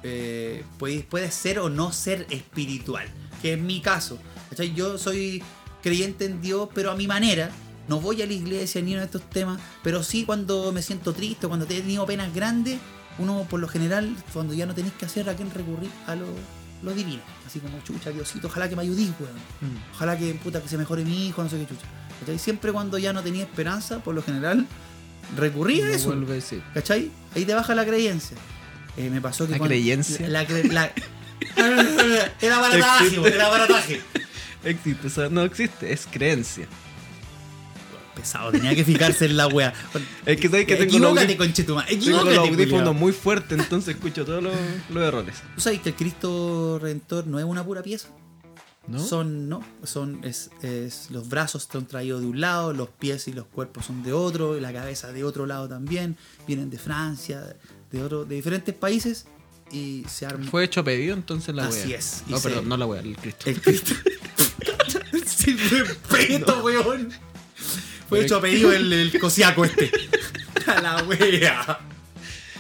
S2: eh, puede, puede ser o no ser espiritual, que es mi caso. ¿Cachai? Yo soy creyente en Dios, pero a mi manera. No voy a la iglesia ni a estos temas, pero sí cuando me siento triste, cuando he tenido penas grandes, uno por lo general, cuando ya no tenéis que hacer, a quién recurrir a lo, lo divino. Así como, chucha, Diosito, ojalá que me ayudís, weón. Ojalá que, puta, que se mejore mi hijo, no sé qué chucha. ¿Cachai? Siempre cuando ya no tenía esperanza, por lo general, recurría a
S1: No
S2: eso.
S1: vuelve, sí.
S2: ¿Cachai? Ahí te baja la creencia. Eh, me pasó que.
S1: ¿La
S2: cuando-
S1: creyencia?
S2: La, cre- la- *laughs* era barataje,
S1: Existe.
S2: era barataje.
S1: Existe, o sea, no existe, es creencia.
S2: Pesado, tenía que fijarse en la wea.
S1: Es que sabes que tengo los
S2: Equivócate,
S1: audífonos,
S2: conchetumá.
S1: tengo los
S2: Equivócate, culiao.
S1: audífonos muy fuertes, entonces escucho todos los, los errores.
S2: ¿Tú sabes que el Cristo Redentor no es una pura pieza?
S1: ¿No?
S2: Son, no, son, es, es- los brazos son traídos de un lado, los pies y los cuerpos son de otro, y la cabeza de otro lado también, vienen de Francia, de otro, de diferentes países, y se arma
S1: Fue hecho a pedido, entonces la
S2: Así
S1: wea.
S2: es, y
S1: No,
S2: se-
S1: perdón, no la wea, el Cristo.
S2: *laughs* el Cristo. Sin respeto, weón. Fue
S1: Pero
S2: hecho a pedido el, el
S1: *laughs*
S2: cosiaco este. A la wea.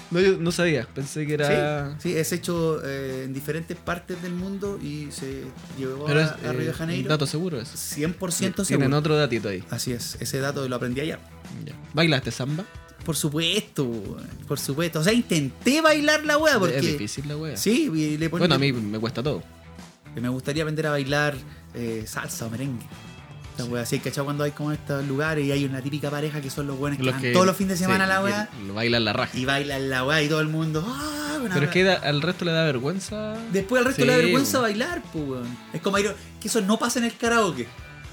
S1: No, yo no sabía, pensé que era.
S2: Sí, sí, es hecho eh, en diferentes partes del mundo y se llevó
S1: Pero
S2: a,
S1: es,
S2: a Río
S1: eh,
S2: de Janeiro.
S1: dato seguro eso.
S2: 100%
S1: Tienen
S2: seguro.
S1: otro datito ahí.
S2: Así es, ese dato lo aprendí allá.
S1: Ya. ¿Bailaste samba?
S2: Por supuesto, weón, por supuesto. O sea, intenté bailar la wea Ah, porque.
S1: Es difícil la wea.
S2: Sí, y le ponen-
S1: Bueno, a mí me cuesta todo.
S2: Me gustaría aprender a bailar eh, salsa o merengue. La wea, así que cuando hay como estos lugares y hay una típica pareja que son los buenos que
S1: Los
S2: van
S1: que-
S2: todos los fines de semana
S1: sí,
S2: a la wea
S1: y- y Bailan la raja.
S2: y bailan la wea y todo el mundo. ¡Ah, una
S1: Pero es
S2: wea!
S1: que da- al resto le da vergüenza.
S2: Después al resto
S1: Sí,
S2: le da vergüenza
S1: weón.
S2: bailar, pues weón. Es como ir- que eso no pasa en el karaoke.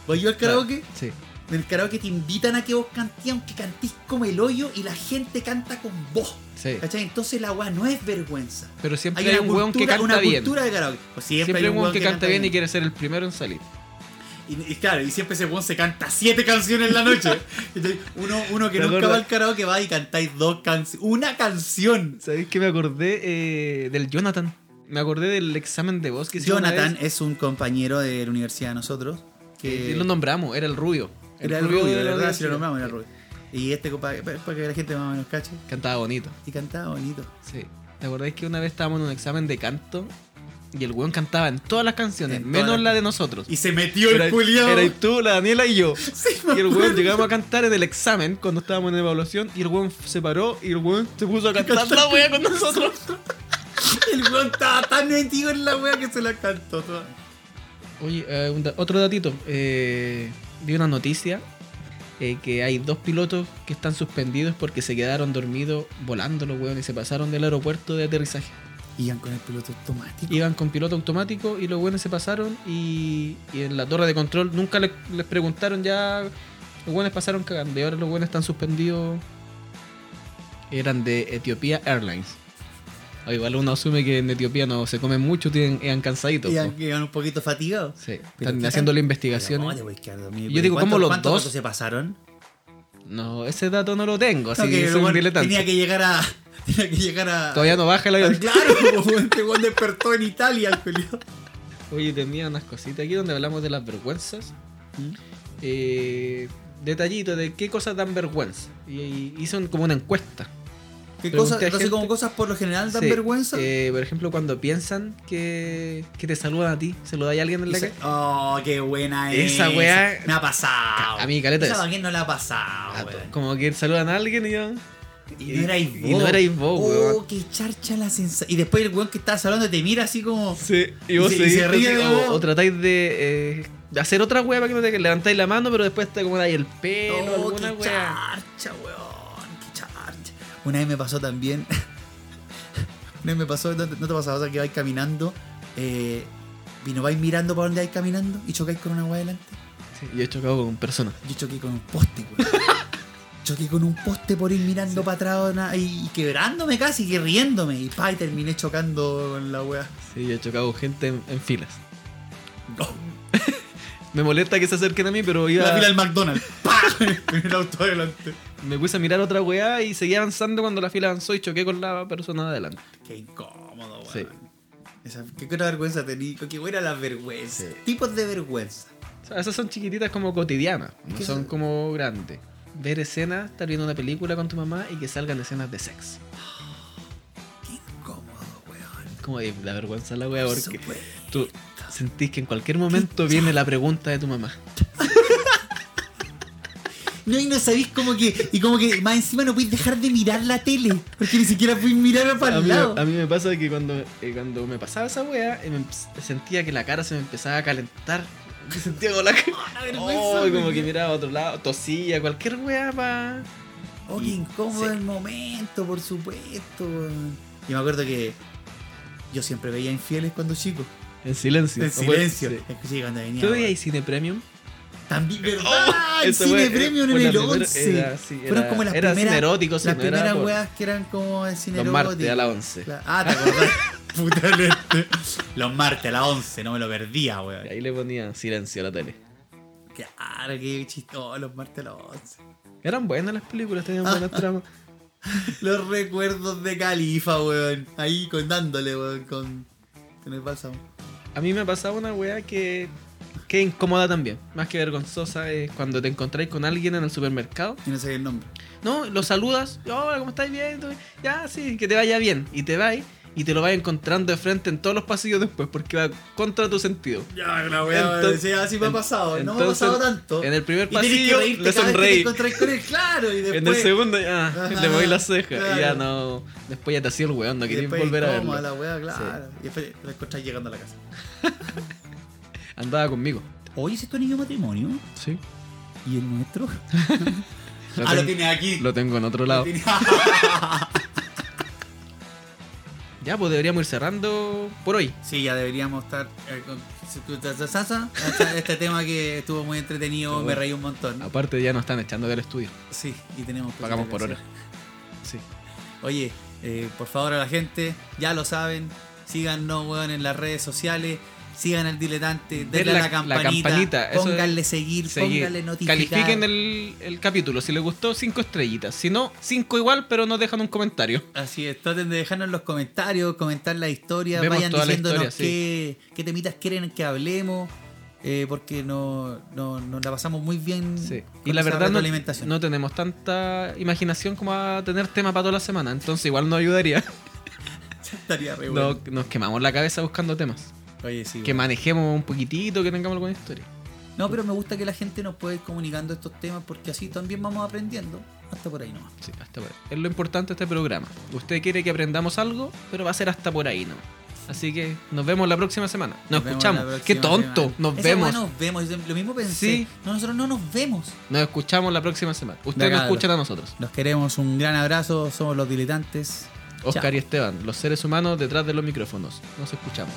S2: Voy yo al karaoke,
S1: Claro, Sí.
S2: en el karaoke te invitan a que vos cantís, aunque cantís como el hoyo y la gente canta con vos.
S1: Sí.
S2: ¿Cachai? Entonces la wea no es vergüenza.
S1: Pero siempre hay, un weón que canta
S2: una
S1: bien.
S2: cultura de karaoke. Pues
S1: Siempre hay un weón que canta bien y
S2: que
S1: quiere ser el primero en salir.
S2: Y, y claro, y siempre ese weón se canta siete canciones en
S1: *laughs*
S2: la noche. Entonces, uno, uno que
S1: Me
S2: nunca
S1: acuerdo.
S2: va al karaoke va y cantáis dos canciones. Una canción.
S1: ¿Sabéis que me acordé eh, del Jonathan? Me acordé del examen de voz que hicimos. una
S2: Jonathan
S1: vez,
S2: es un compañero de la universidad de nosotros.
S1: que
S2: Que
S1: lo nombramos, era el rubio.
S2: era el rubio,
S1: de
S2: la verdad, si
S1: universidad.
S2: lo nombramos, era el rubio. Y este compadre, para, para que la gente más o menos cache.
S1: Cantaba bonito.
S2: Y cantaba bonito.
S1: Sí. ¿Te acordáis que una vez estábamos en un examen de canto y el weón cantaba en todas las canciones,
S2: En todas
S1: menos
S2: las-
S1: la de nosotros?
S2: Y se metió
S1: Era-
S2: el culiao.
S1: Erais tú, la Daniela y *laughs* yo.
S2: Sí, me
S1: Y el weón
S2: acuerdo.
S1: llegamos a cantar en el examen cuando estábamos en evaluación y el weón se paró y el weón se puso a cantar la wea con nosotros.
S2: El weón estaba tan metido en la wea que se la cantó toda.
S1: *laughs* Oye, eh, un da- otro datito. Eh, vi una noticia eh, que hay dos pilotos que están suspendidos porque se quedaron dormidos volando los weones y se pasaron del aeropuerto de aterrizaje.
S2: Iban con el piloto automático.
S1: Iban con piloto automático y los weones se pasaron y, y en la torre de control nunca le- les preguntaron ya. Los weones pasaron cagando y ahora los weones están suspendidos. Eran de Etiopía Airlines. O igual uno asume que en Etiopía no se comen mucho, tienen, eran cansaditos. po.
S2: Iban, iban un poquito fatigados.
S1: Sí,
S2: Pero
S1: están
S2: qué
S1: haciendo la
S2: Pero,
S1: investigación.
S2: ¿cómo te voy a quedar dormido?
S1: Yo digo,
S2: ¿Cuánto-
S1: ¿cómo los
S2: cuánto
S1: dos?
S2: rato se pasaron?
S1: No, ese dato no lo tengo, así
S2: No,
S1: que
S2: el
S1: soy un
S2: weón
S1: diletante.
S2: tenía que llegar a. *laughs* Tenía que llegar a.
S1: Todavía no baja el avión.
S2: *laughs* Claro, *laughs* como este weón despertó en Italia el culiao.
S1: Oye, tenía unas cositas aquí donde hablamos de las vergüenzas.
S2: ¿Mm?
S1: Eh, detallito de qué cosas dan vergüenza. Y, y hice un- como una encuesta.
S2: ¿Qué
S1: Pregunté
S2: cosas?
S1: a
S2: Entonces,
S1: gente-
S2: como cosas por lo general dan
S1: Sí,
S2: vergüenza.
S1: eh, por ejemplo, cuando piensan que, que te saludan a ti, se lo da a alguien en la
S2: Esa-
S1: calle.
S2: Oh, qué buena es.
S1: Esa weá-
S2: Me ha pasado.
S1: A mí, caleta
S2: Esa
S1: es.
S2: ¿a quién no la ha
S1: Ah,
S2: pasado,
S1: to-
S2: weón?
S1: Como que saludan a alguien y yo.
S2: Y no erais vos.
S1: y no erais vos,
S2: Oh,
S1: weón.
S2: qué charcha la sensación. Y después el weón que estás hablando te mira así como.
S1: Sí, y
S2: Y
S1: vos
S2: se- y
S1: seguís
S2: se ríe
S1: así,
S2: de vos.
S1: o, o tratáis de eh, de hacer otra hueá para que no te que levantáis la mano, pero después te como dais el pelo,
S2: Oh,
S1: alguna
S2: qué
S1: hueá.
S2: charcha, weón. Qué charcha. Una vez me pasó también. *laughs* Una vez me pasó, no te, no te pasaba, o sea, que vais caminando. Eh, y no vais mirando para dónde vais caminando y chocáis con una weá adelante.
S1: Sí, yo he chocado con personas.
S2: Yo choqué con un poste,
S1: *laughs*
S2: weón. choqué con un poste por ir mirando para atrás na- y, y quebrándome casi, que riéndome. Y pa, y terminé chocando con la wea.
S1: Sí, yo he chocado con gente en, en filas. Me molesta que se acerquen a mí, pero iba,
S2: La fila del McDonald's. *laughs* ¡Pa! Con el auto adelante.
S1: me puse a mirar otra weá y seguía avanzando cuando la fila avanzó y choqué con la persona de adelante.
S2: Qué incómodo, weón.
S1: Sí.
S2: Esa- qué buena vergüenza tenía. Qué buena la vergüenza.
S1: Sí.
S2: Tipos de vergüenza.
S1: O sea, esas son chiquititas como cotidianas, no
S2: ¿Qué
S1: son
S2: es?
S1: como grandes. Ver escenas, estar viendo una película con tu mamá y que salgan escenas de sexo.
S2: Qué incómodo, weón.
S1: Como de la vergüenza la weá,
S2: Por
S1: porque
S2: supuesto.
S1: tú sentís que en cualquier momento viene la pregunta de tu mamá.
S2: No, y no sabéis como que. Y como que más encima no podéis dejar de mirar la tele. Porque ni siquiera podéis mirar para
S1: a
S2: el
S1: mí,
S2: lado.
S1: a mí me pasa que cuando, eh, cuando me pasaba esa wea, eh, me empe- sentía que la cara se me empezaba a calentar. Me sentía como
S2: *laughs*
S1: la
S2: La
S1: *laughs* oh,
S2: weón.
S1: como que miraba a otro lado, tosía, cualquier wea pa.
S2: Oh, qué
S1: Y-
S2: incómodo
S1: sí.
S2: el momento, por supuesto. weón. Y me acuerdo que yo siempre veía infieles cuando chico.
S1: En silencio.
S2: en
S1: O bueno,
S2: silencio.
S1: sí.
S2: Escuché cuando venía.
S1: ¿Tú
S2: weón.
S1: veías cine premium?
S2: También, ¿verdad? el
S1: Esa wea
S2: cine
S1: era-
S2: premium
S1: fue
S2: en
S1: la
S2: el
S1: primera-
S2: 11.
S1: era- sí,
S2: Fueron
S1: era-
S2: como las
S1: era cine
S2: primeras.
S1: erótico, sí,
S2: las
S1: no era
S2: primeras
S1: por-
S2: weas que eran como el cine
S1: Los
S2: erótico.
S1: martes a la 11.
S2: La- Ah,
S1: *laughs*
S2: te acordás. Puta el este. Los martes a la 11, no me lo perdía, weón.
S1: Ahí le ponía silencio a la tele.
S2: Claro, qué chistoso, los martes a las 11.
S1: Eran buenas las películas, tenían
S2: *laughs*
S1: buenas tramas.
S2: Los recuerdos de Califa, weón. Ahí contándole, weón, con, con el bálsamo.
S1: A mí me pasaba una wea que. que incómoda también. Más que vergonzosa es cuando te encontráis con alguien en el supermercado.
S2: Y no sé el nombre.
S1: No, lo saludas. Hola, ¿cómo estáis? Bien, ¿Todo bien? ya, sí, que te vaya bien. Y te vas y te lo vas encontrando de frente en todos los pasillos después porque va contra tu sentido.
S2: Ya, la
S1: weá, Entonces-
S2: decía, así me ha
S1: en-
S2: pasado, no me ha
S1: entonces,
S2: pasado tanto.
S1: En el primer
S2: y tenés que
S1: pasillo
S2: reírte
S1: le
S2: cada vez que te
S1: sonreí.
S2: encontrás con él, claro, y después...
S1: En el segundo ya le moví la ceja
S2: Claro.
S1: y ya no. Después ya te hacía el weón, no
S2: y
S1: querías
S2: después
S1: volver a
S2: incómoda
S1: verlo.
S2: la weá, claro. Y después la encontrás llegando a la casa.
S1: Andaba conmigo.
S2: Oye, ¿ese es tu anillo de matrimonio?
S1: Sí.
S2: ¿Y el nuestro?
S1: Lo,
S2: ah, lo
S1: ten-
S2: tiene aquí.
S1: lo tengo en otro
S2: Lo
S1: lado. *laughs*
S2: tiene-
S1: Ya, pues deberíamos ir cerrando por hoy.
S2: Sí, ya deberíamos estar eh, con este, este tema que estuvo muy entretenido,
S1: Pero
S2: me
S1: bueno.
S2: reí un montón.
S1: Aparte ya nos están echando del estudio.
S2: Sí, y tenemos cosas
S1: Pagamos
S2: que
S1: por
S2: hacer.
S1: hora. Sí.
S2: Oye, eh, por favor a la gente, ya lo saben, síganos, weón, en las redes sociales, sigan al diletante,
S1: Den
S2: denle a
S1: la-
S2: la,
S1: la
S2: campanita,
S1: campanita, eso es-
S2: pónganle seguir,
S1: Seguir.
S2: pónganle notificar.
S1: Califiquen el, el capítulo. Si les gustó, cinco estrellitas. Si no, cinco igual, pero nos dejan un comentario.
S2: Así es, traten de dejarnos los comentarios, comentar la historia,
S1: Vemos
S2: vayan
S1: toda la
S2: diciéndonos
S1: historia,
S2: qué, qué temitas quieren que hablemos. eh, porque no, no, nos la pasamos muy bien.
S1: Sí.
S2: con
S1: Y la
S2: esa
S1: verdad no,
S2: retroalimentación.
S1: no tenemos tanta imaginación como a tener tema para toda la semana, entonces igual nos ayudaría.
S2: *laughs* Estaría re
S1: No-
S2: bueno.
S1: nos quemamos la cabeza buscando temas.
S2: Oye, sí,
S1: Que
S2: bueno.
S1: manejemos un poquitito, que tengamos alguna historia.
S2: No, pero me gusta que la gente nos pueda ir comunicando estos temas porque así también vamos aprendiendo. Hasta por ahí nomás.
S1: Sí, hasta por ahí. Es lo importante de este programa. Usted quiere que aprendamos algo, pero va a ser hasta por ahí, ¿no? Así que nos vemos la próxima semana. Nos,
S2: vemos la
S1: escuchamos.
S2: próxima
S1: Qué tonto.
S2: semana.
S1: Nos
S2: Esa
S1: vemos.
S2: weá nos vemos. Yo Lo mismo pensé.
S1: Sí.
S2: No, nosotros no nos vemos.
S1: Nos escuchamos la próxima semana. Ustedes
S2: acá,
S1: nos escuchan a nosotros.
S2: Los queremos. Un gran abrazo. Somos los diletantes.
S1: Oscar
S2: Chao.
S1: y Esteban, los seres humanos detrás de los micrófonos. Nos escuchamos.